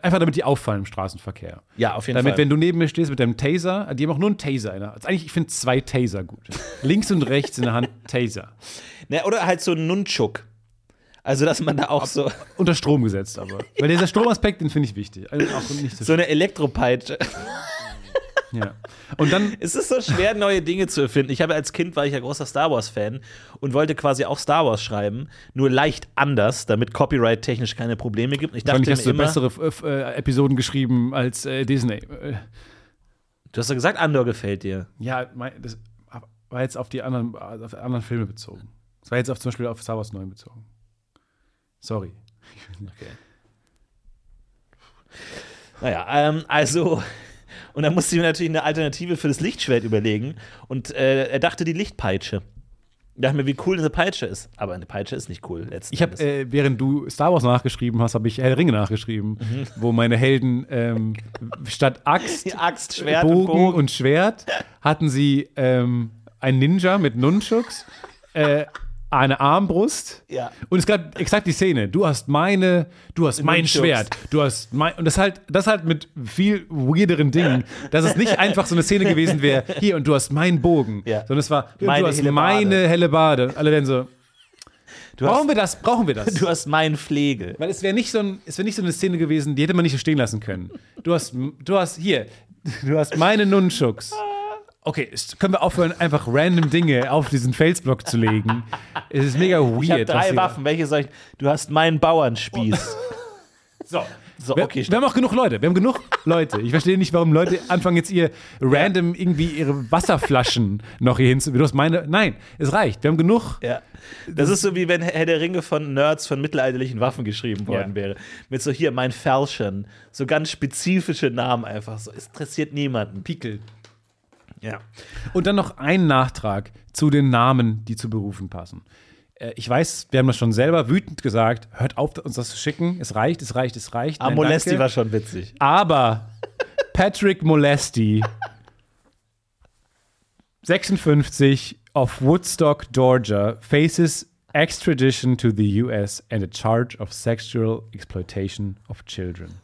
Einfach damit die auffallen im Straßenverkehr. Ja, auf jeden Damit, Fall. wenn du neben mir stehst mit deinem Taser, die haben auch nur einen Taser. In der, also eigentlich, ich finde zwei Taser gut. Links und rechts in der [LAUGHS] Hand Taser. Ne, oder halt so ein Nunchuk. Also, dass man da auch so, Unter Strom gesetzt aber. Weil dieser Stromaspekt, den finde ich wichtig. Also auch nicht so, so eine Elektropeitsche. ja. Und dann, [LAUGHS] Es ist so schwer, neue Dinge zu erfinden. Ich habe als Kind war ich ja großer Star Wars-Fan und wollte quasi auch Star Wars schreiben, nur leicht anders, damit Copyright-technisch keine Probleme gibt. Und ich dachte wahrscheinlich mir hast du immer, bessere äh, äh, Episoden geschrieben als äh, Disney. Äh, du hast ja gesagt, Andor gefällt dir. Ja, mein, das war jetzt auf die anderen, also auf die anderen Filme bezogen. Das war jetzt auf, zum Beispiel auf Star Wars 9 bezogen. Sorry. Naja, ähm, also. [LAUGHS] Und dann musste ich mir natürlich eine Alternative für das Lichtschwert überlegen. Und äh, er dachte die Lichtpeitsche. Ich dachte mir, wie cool diese Peitsche ist. Aber eine Peitsche ist nicht cool. Letzten Ich habe, Endes. äh, während du Star Wars nachgeschrieben hast, habe ich Herr der Ringe nachgeschrieben, wo meine Helden ähm, statt Axt, die Axt, Schwert Bogen, und Bogen. und Schwert hatten sie ähm, einen Ninja mit Nunchucks, äh, eine Armbrust. Ja. Und es gab exakt die Szene. Du hast meine, du hast mein Nunchucks. Schwert, du hast mein. Und das halt, das halt mit viel weirderen Dingen, dass es nicht einfach so eine Szene gewesen wäre, hier und du hast meinen Bogen, Ja. sondern es war, hier, und Meine du hast Hellebarde. meine Hellebade. Alle werden so, du, brauchen hast, wir das, brauchen wir [LAUGHS] das. du hast meinen Pflege. Weil es wäre nicht, so ein, es wär nicht so eine Szene gewesen, die hätte man nicht so stehen lassen können. Du hast, du hast hier, [LAUGHS] du hast meine Nunchucks. Okay, es- können wir aufhören, einfach random Dinge auf diesen Felsblock zu legen? Es ist mega weird. Ich habe was drei hier- Oh. Waffen. Welche soll ich. Du hast meinen Bauernspieß. So, [LAUGHS] So, wir, okay, wir haben auch genug Leute. Wir haben genug Leute. Ich verstehe nicht, warum Leute anfangen jetzt ihr random irgendwie ihre Wasserflaschen noch hier hinzu. Du hast meine. Nein, es reicht. Wir haben genug. Ja. Das ist so wie wenn Herr der Ringe von Nerds von mittelalterlichen Waffen geschrieben worden Ja. wäre. Mit so hier mein Fälschen. So ganz spezifische Namen einfach so. Es interessiert niemanden. Pickel. Ja. Und dann noch ein Nachtrag zu den Namen, die zu Berufen passen. Äh, Ich weiß, wir haben das schon selber wütend gesagt. Hört auf, uns das zu schicken. Es reicht, es reicht, es reicht. Nein, Amolesti danke. war schon witzig. Aber Patrick Molesti, 56, of Woodstock, Georgia, faces extradition to the US and a charge of sexual exploitation of children.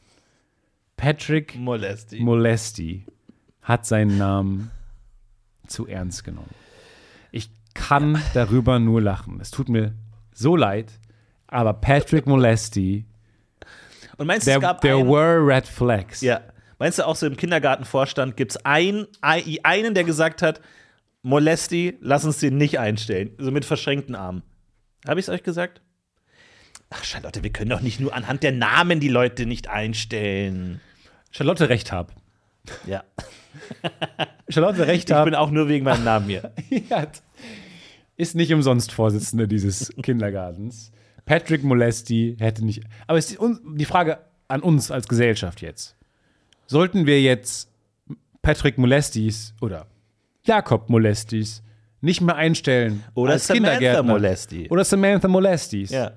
Patrick Molesti. Molesti hat seinen Namen zu ernst genommen. Ich kann darüber nur lachen. Es tut mir so leid, aber Patrick Molesti, Und meinst du, there, es gab there einen, were red flags. ja. Meinst du auch so im Kindergartenvorstand gibt es ein, ein- einen, der gesagt hat, Molesti, lass uns den nicht einstellen. So mit verschränkten Armen. Habe ich es euch gesagt? Ach, Charlotte, wir können doch nicht nur anhand der Namen die Leute nicht einstellen. Charlotte recht hab. Ja. Charlotte recht Ich hab. bin auch nur wegen meinem Namen hier. Fiat ist nicht umsonst Vorsitzender dieses Kindergartens. Patrick Molesti hätte nicht. Aber es ist un- die Frage an uns als Gesellschaft jetzt. Sollten wir jetzt Patrick Molestis oder Jakob Molestis nicht mehr einstellen. Oder als Samantha Kindergärtner. Molesti. Oder Samantha Molestis. Ja.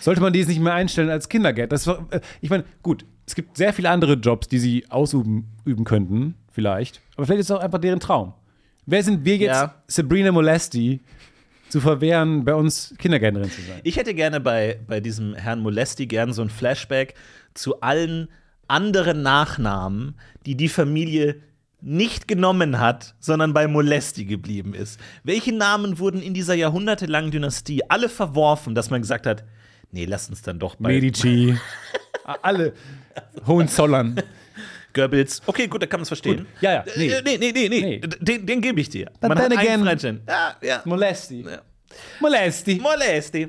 Sollte man die jetzt nicht mehr einstellen als Kindergärtner? Das war, äh, ich meine, gut, es gibt sehr viele andere Jobs, die sie ausüben üben könnten, vielleicht. Aber vielleicht ist es auch einfach deren Traum. Wer sind wir jetzt, Ja. Sabrina Molesti, zu verwehren, bei uns Kindergärtnerin zu sein? Ich hätte gerne bei, bei diesem Herrn Molesti gern so ein Flashback zu allen anderen Nachnamen, die die Familie nicht genommen hat, sondern bei Molesti geblieben ist. Welche Namen wurden in dieser jahrhundertelangen Dynastie alle verworfen, dass man gesagt hat, nee, lass uns dann doch bei Medici, a- alle [LAUGHS] Hohenzollern. Goebbels. Okay, gut, da kann man es verstehen. Gut. Ja, ja, nee. Nee, nee, nee, nee. Nee. D- Den, den gebe ich dir. But then einen again- Freitchen. Ja, ja. Molesti. Ja. Molesti. Molesti.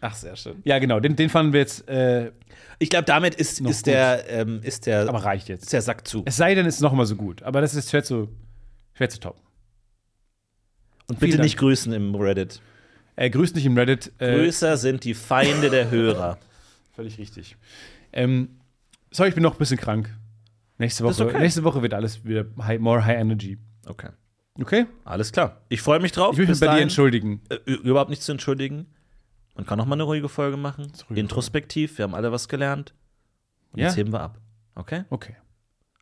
Ach, sehr schön. Ja, genau, den, den fanden wir jetzt, äh, Ich glaube, damit ist, ist, gut. der, ähm, ist, der, aber reicht jetzt. ist der Sack zu. Es sei denn, es ist nochmal so gut. Aber das ist schwer zu, schwer zu toppen. Und vielen bitte Dank. nicht grüßen im Reddit. Äh, grüßt nicht im Reddit. Äh, Größer sind die Feinde der Hörer. Völlig richtig. Ähm, sorry, ich bin noch ein bisschen krank. Nächste ist Woche, okay. nächste Woche wird alles wieder high, more high energy. Okay. Okay? Alles klar. Ich freue mich drauf. Ich will mich Bis bei dir dahin, entschuldigen. äh, ü- überhaupt nichts zu entschuldigen. Man kann auch mal eine ruhige Folge machen. Introspektiv. Wir haben alle was gelernt. Und Ja. jetzt heben wir ab. Okay? Okay.